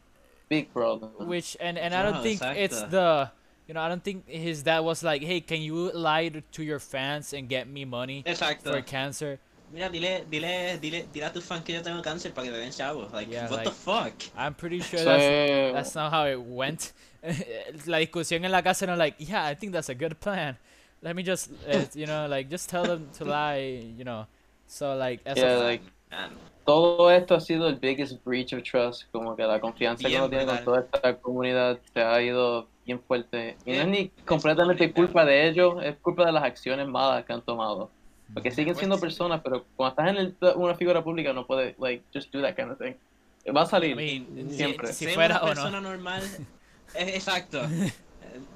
big problem. which and and I don't No, think it's Ah, exacto. the you know I don't think his dad was like hey can you lie to- to your fans and get me money Exacto. for cancer Mira, dile, dile, dile, dile a tus fans que yo tengo cáncer para que te den chavos. Like, Yeah, like- what the fuck? I'm pretty sure So, eh, that's That's not how it went. *laughs* La discusión en la casa no like, yeah, I think that's a good plan. Let me just, eh, you know, like, just tell them to lie, you know. So, like, as Yeah, a, like, Man. todo esto ha sido el biggest breach of trust, como que la confianza que Bien uno tiene con brutal. toda esta comunidad se ha ido bien fuerte. Y no es ni completamente brutal. culpa de ellos, es culpa de las acciones malas que han tomado. Porque siguen siendo Pues- personas, pero cuando estás en el- una figura pública no puedes, like, just do that kind of thing. Va a I salir. mean, si- siempre. si, Ser fuera una o no. persona normal, *laughs* eh, exacto. Eh,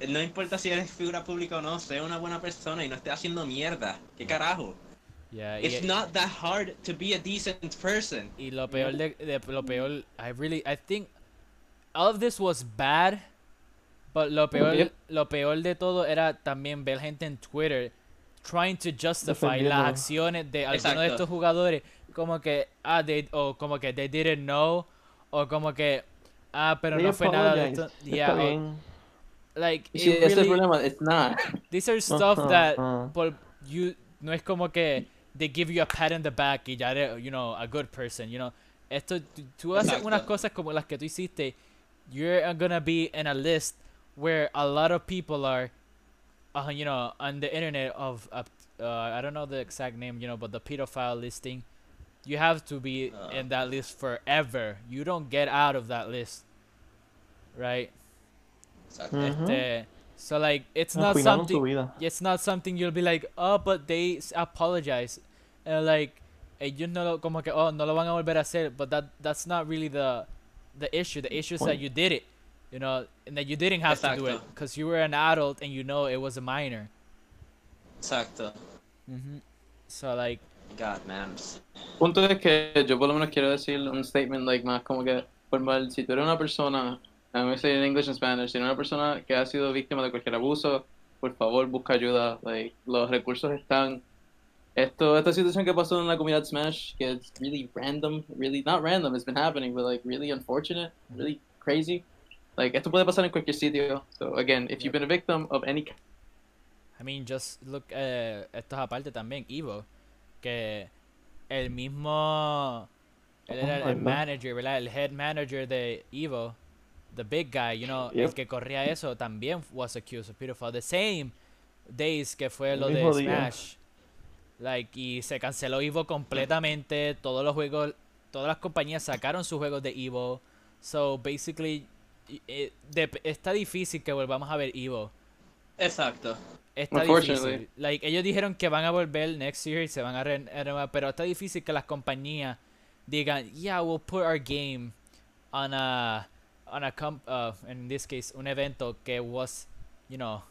No importa si eres figura pública o no, sé una buena persona y no estés haciendo mierda. ¿Qué carajo? Yeah, It's y, not that hard to be a decent person. y lo peor de, de- lo peor, I really, I think, all of this was bad, But lo peor, Yep. lo peor de todo era también ver gente en Twitter trying to justify Defendiendo. las acciones de algunos de Exacto. estos jugadores. Como que, ah, they, o como que they didn't know, o como que, ah, pero They no fue nada de apologized. esto. Está Yeah, o- bien. like, Sí, it ese es el really- problema, it's not. these are stuff Ajá, that ajá. por- you no es como que they give you a pat in the back y ya eres, you know, a good person, you know. Esto tú- tú haces Exacto. unas cosas como las que tú hiciste, you're gonna be in a list where a lot of people are uh, you know, on the internet of uh, uh, I don't know the exact name, you know, but the pedophile listing. You have to be Ah. in that list forever. You don't get out of that list. Right? Exacto. Mm. Ujú. Este, so like it's not Arruinaron su something vida. it's not something you'll be like, oh, but they s- apologize. And like, ellos no lo, como que, oh, no lo van a volver a hacer. But that that's not really the the issue. The issue is that Point. you did it, you know, and that you didn't have to do it Exacto. because you were an adult and you know it was a minor. Exacto. Mm-hmm. So like, God, man. *laughs* punto es que yo por lo menos quiero decir un statement like más como que formal. Si tú eres una persona, I'm gonna say it in English and Spanish, si eres una persona que ha sido víctima de cualquier abuso, por favor busca ayuda. Like, los recursos están. Esto, esta situación que pasó en la comunidad Smash, que es really random, really not random, it's been happening, but like really unfortunate, really crazy. Like, esto puede pasar en cualquier sitio. So, again, if you've been a victim of any I mean, just look, eh, estos aparte también, Evo, que el mismo, él era el ¿verdad? manager, ¿verdad? El head manager de Evo, the big guy, you know, el Yep. que corría eso, también was accused of pedophile. The same days que fue El lo de mismo día. Smash. Like, y se canceló Evo completamente, todos los juegos, todas las compañías sacaron sus juegos de Evo. So, basically, i- i- dep- está difícil que volvamos a ver Evo. Exacto. Está Unfortunately. difícil. Like, ellos dijeron que van a volver next year y se van a re- a renovar, pero está difícil que las compañías digan, yeah, we'll put our game on a, on a comp, uh, in this case, un evento que was, you know,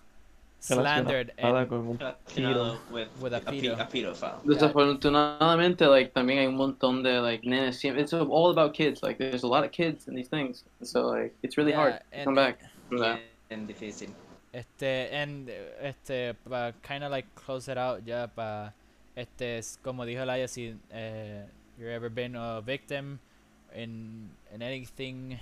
slandered Ah, Relacionada and con un Relacionado with, With a a, pe- pedo. a pedophile. Desafortunadamente, like, también hay un montón de, like, nenes. Sie- It's all about kids. Like, there's a lot of kids in these things. So, like, it's really Yeah, hard to and- come back from that. Bien difícil. Este, and, eh, este, para kind of like close it out, ya, para, este, es como dijo Laia, si eh, you've ever been a victim in, in anything,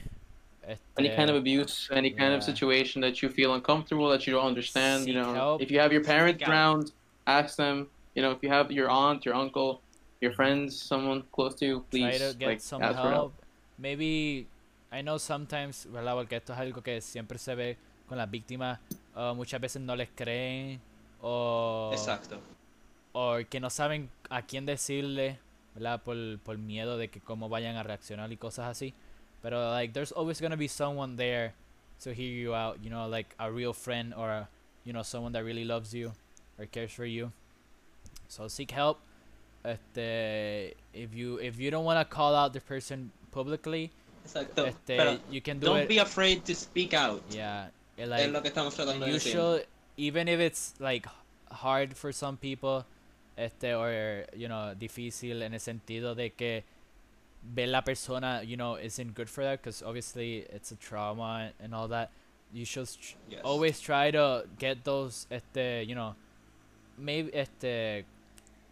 este, Any kind of abuse, any kind of Yeah. situation that you feel uncomfortable, that you don't understand, you Seek know. help. If you have your parents Seek out. around, ask them. You know, if you have your aunt, your uncle, your friends, someone close to you, please, try to get like, some ask for help. help. Maybe, I know sometimes, ¿verdad? Porque esto es algo que siempre se ve con las víctimas. uh, muchas veces no les creen o, Exacto. o que no saben a quién decirle, ¿verdad? Por, por miedo de que cómo vayan a reaccionar y cosas así. Pero, like, there's always gonna be someone there to hear you out, you know, like a real friend or, you know, someone that really loves you or cares for you. So seek help. Este, if you if you don't want to call out the person publicly, Exacto. este, Pero you can do don't it. be afraid to speak out. yeah, and, es like lo que estamos tratando and de you decir. should, even if it's like hard for some people, este, or you know, difícil en el sentido de que ver la persona, you know, isn't good for that because obviously it's a trauma and all that. You should tr- Yes. always try to get those, este, you know, maybe este,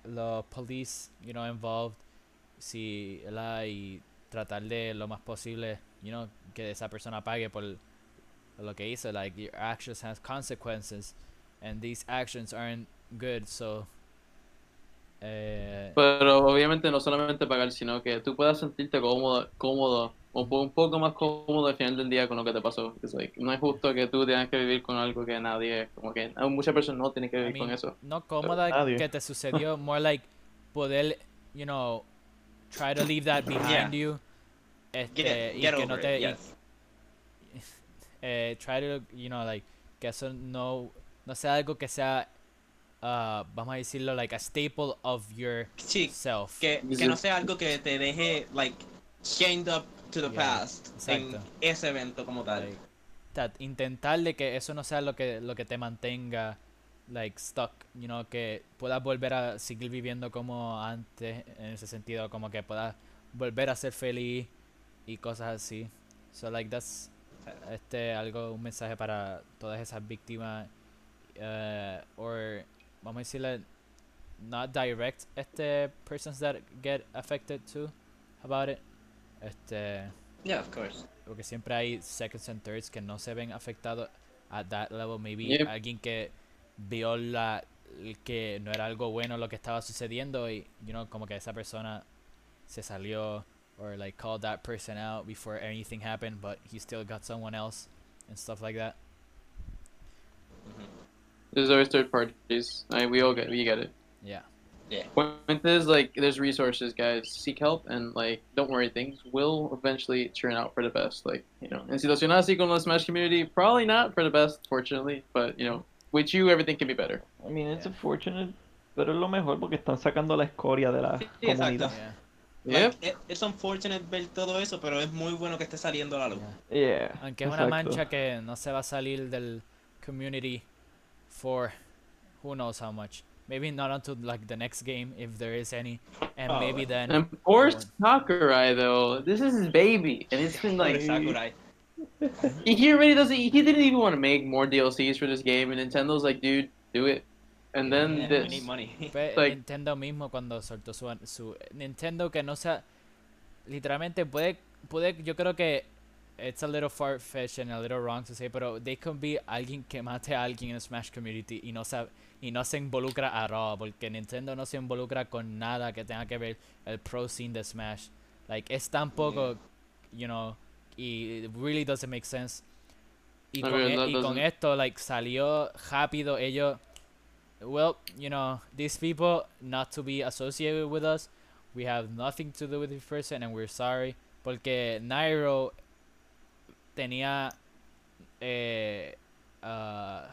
the police, you know, involved. Si la y tratar de lo más posible, you know, que esa persona pague por lo que hizo. Like your actions have consequences, and these actions aren't good. So, eh, Pero obviamente no solamente pagar, sino que tú puedas sentirte cómodo, cómodo o po- un poco más cómodo al final del día con lo que te pasó. It's like, no es justo que tú tengas que vivir con algo que nadie, como que no, muchas personas no tienen que I vivir mean, con eso. no cómoda Nadie. que te *laughs* sucedió, more like poder, you know, try to leave that behind you. Este, Get, it, eh, y get que over no it, te, y- yes. eh, try to, you know, like, que eso no, no sea algo que sea, ah, vamos a decirlo, like a staple of Sí, yourself. que, que no sea algo que te deje, like, chained up to the Yeah, past exacto. en ese evento como tal. Like, ta- intentar de que eso no sea lo que, lo que te mantenga like stuck, you know, que puedas volver a seguir viviendo como antes, en ese sentido, como que puedas volver a ser feliz y cosas así. So like that's este algo un mensaje para todas esas víctimas eh, or vamos a decirle not direct este persons that get affected too about it este Yeah, of course. porque siempre hay seconds and thirds que no se ven afectados at that level. Maybe Yep. alguien que vio la el que no era algo bueno lo que estaba sucediendo y you know como que esa persona se salió or like called that person out before anything happened, but he still got someone else and stuff like that. There's always third parties. I, we all get we get it. Yeah. Point is like there's resources, guys. Seek help and like don't worry, things will eventually turn out for the best. Like you know, and situación así con la Smash community, probably not for the best, fortunately. But you know, with you, everything can be better. I mean, it's Yeah. unfortunate, pero es lo mejor porque están sacando la escoria de la Sí, sí, comunidad. Yeah. Yeah. Like, it- it's unfortunate ver todo eso, pero es muy bueno que esté saliendo a la luz. Yeah. Yeah, Aunque es una exacto. mancha que no se va a salir del community for who knows how much. Maybe not until like the next game if there is any, and Oh, maybe then. And poor Sakurai though, this is his baby, and it's been Pobre like Sakurai. he he already doesn't. He didn't even want to make more DLCs for this game, and Nintendo's like, dude, do it. And then Yeah, we this, *laughs* need money. *laughs* Pe- Like- Nintendo mismo cuando soltó su, an- su eh, Nintendo que no sea literalmente puede puede yo creo que it's a little far fetched and a little wrong to say pero they can be alguien que mate a alguien en Smash community y no se y no se involucra a all porque Nintendo no se involucra con nada que tenga que ver el pro scene de Smash like es tan poco you know y it really doesn't make sense y I con, mean, e- that y con doesn't- esto like salió rápido ellos well, you know, these people not to be associated with us. We have nothing to do with this person and we're sorry. Porque Nairo tenía eh, ah,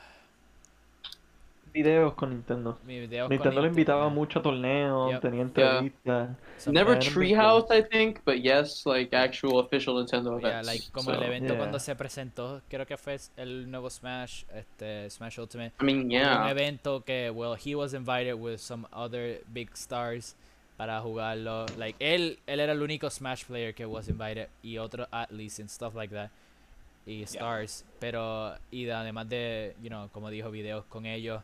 Videos con Nintendo. mi video con Nintendo Nintendo. le invitaba mucho a torneos, Yep. tenía entrevistas. So, never Random Treehouse, I think, but yes, like actual official Nintendo yeah, events. like, como So, el evento Yeah. cuando se presentó, creo que fue el nuevo Smash, este Smash Ultimate. I mean, un yeah, evento que well he was invited with some other big stars para jugarlo like él él era el único Smash player que was invited y otro athletes and stuff like that y stars pero y de- además de you know como dijo videos con ellos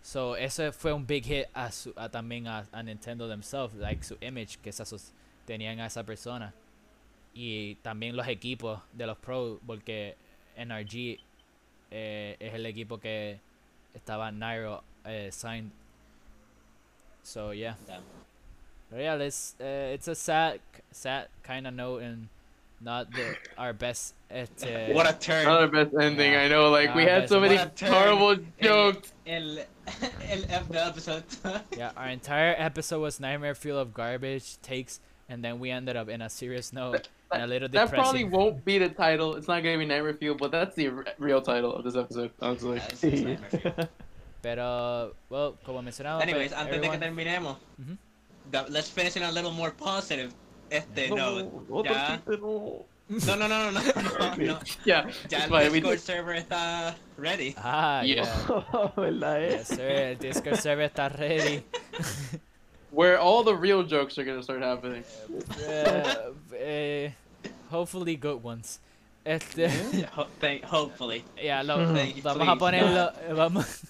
so eso fue un big hit a, su- a también a, a Nintendo themselves like su image que se aso- tenían a esa persona y también los equipos de los pros porque NRG eh, es el equipo que estaba Nairo eh, signed. So yeah, Damn. But yeah, it's uh, it's a sad, sad kind of note and not the, our best. At, uh, *laughs* What a turn. not our best ending. Yeah. I know, like we Not our had so best- many what a turn. *laughs* horrible jokes. El, *laughs* el F del episodio. *laughs* yeah, our entire episode was nightmare fuel of garbage takes, and then we ended up in a serious note and a little That probably depressing. won't be the title. It's not gonna be Nightmare Fuel, but that's the r- real title of this episode. Pues, Honestly, That's Sí. nightmare fuel. *laughs* Pero well, como mencionaba, pues, Anyways, antes de que everyone- Mm-hmm. terminemos, Ujú. da- let's finish in a little more positive. Este, no. otro ya. chiste, no. No, no, no, no, no. *laughs* no, no. yeah, Ya that's why el we Discord did. server está ready. ah, Yeah. yeah. *laughs* ¿Verdad, eh? Yes, sir. El Discord *laughs* server está *laughs* ready. *laughs* Where all the real jokes are gonna start happening. Uh, eh, hopefully good ones. Este, *laughs* Ho- thank- Hopefully. Ya, lo, Thank you, vamos a please, ponerlo. *laughs* eh, Vamos,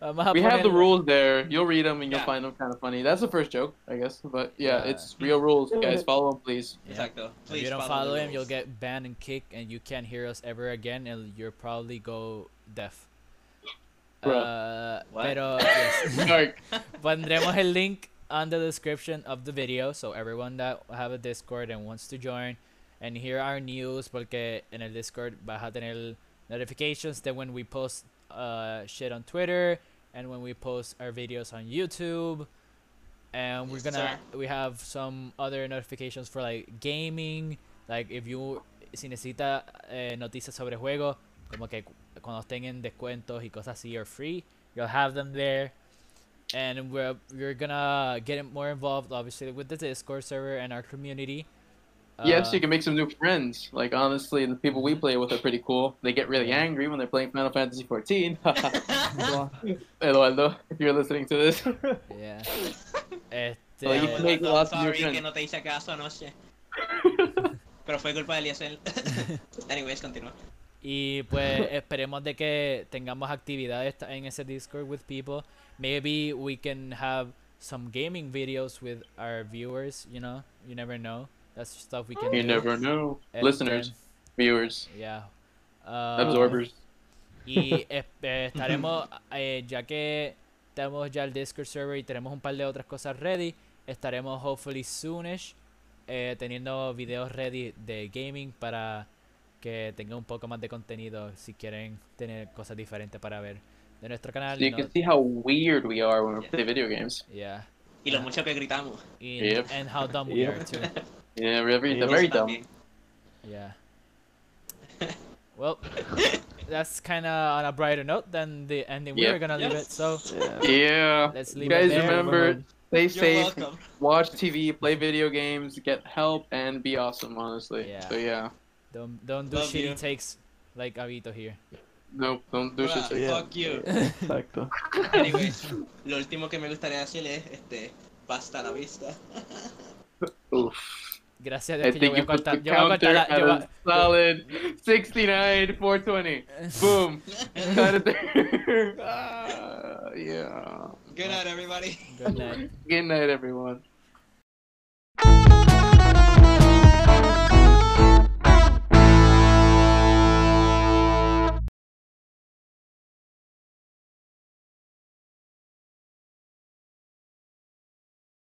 vamos a We have the ponerlo- rules there. You'll read them and you'll Yeah. find them kind of funny. That's the first joke, I guess. But yeah, Yeah. it's real rules, guys. Follow them, please. Yeah. Exacto. If Please you don't follow follow the him, you'll rules. *laughs* get banned and kicked, and you can't hear us ever again, and you'll probably go deaf. Bruh. Uh, What? *laughs* pero yes. *laughs* Dark. pondremos el link on the description of the video, so everyone that have a Discord and wants to join and hear our news, porque en el Discord vas a tener notifications that when we post uh, shit on Twitter and when we post our videos on YouTube, and we're Yes, gonna we have some other notifications for like gaming, like if you si necesita eh, noticias sobre juegos, como que cu- cuando estén en descuentos y cosas así or free, you'll have them there and we're you're gonna get in- more involved obviously with the discord server and our community yes, Uh, you can make some new friends. Like honestly, the people we play with are pretty cool. They get really angry when they're playing Final Fantasy 14. *laughs* Eduardo, if you're listening to this, *laughs* yeah So Oh, you este can make lots of new Sorry que friends. no *laughs* te *laughs* hice caso anoche. Pero fue culpa de Eliezer. *laughs* Anyways, continúa. Y pues esperemos de que tengamos actividades ta- en ese Discord with people. Maybe we can have some gaming videos with our viewers, you know? You never know. That's stuff we can You do. never know. Este, Listeners, viewers, Yeah. Uh, absorbers. Y eh, eh, estaremos, eh, ya que tenemos ya el Discord server y tenemos un par de otras cosas ready, estaremos hopefully soonish eh, teniendo videos ready de gaming para que tenga un poco más de contenido si quieren tener cosas diferentes para ver de nuestro canal. So you no- can see how weird we are when we play video games. yeah. Y lo mucho que gritamos. Y- Yep. And how dumb we Yep. are *laughs* too. Yeah, we're very, they're Yes. very Eso dumb. *laughs* también. Yeah. Well, that's kind of on a brighter note than the ending we Yep. were gonna leave it. Yes. So Yeah. Yeah. Let's You leave guys it there. remember, stay You're safe, welcome. watch TV, play video games, get help, and be awesome, honestly. Yeah. So yeah. don't don't do Love shitty you. takes like Avito here. Nope, don't do shit. Bruh, Yeah. Fuck you. Exacto. Anyways, lo último que me gustaría decir es, este, basta la vista. Oof. Gracias a I Dios que yo think voy you a put the cortar. Yo voy a counter cortar la. at Yo voy a solid 69, 420. *laughs* Boom. Cut it there. *laughs* Ah, yeah. Good night, everybody. a- Good night. Good night, everyone.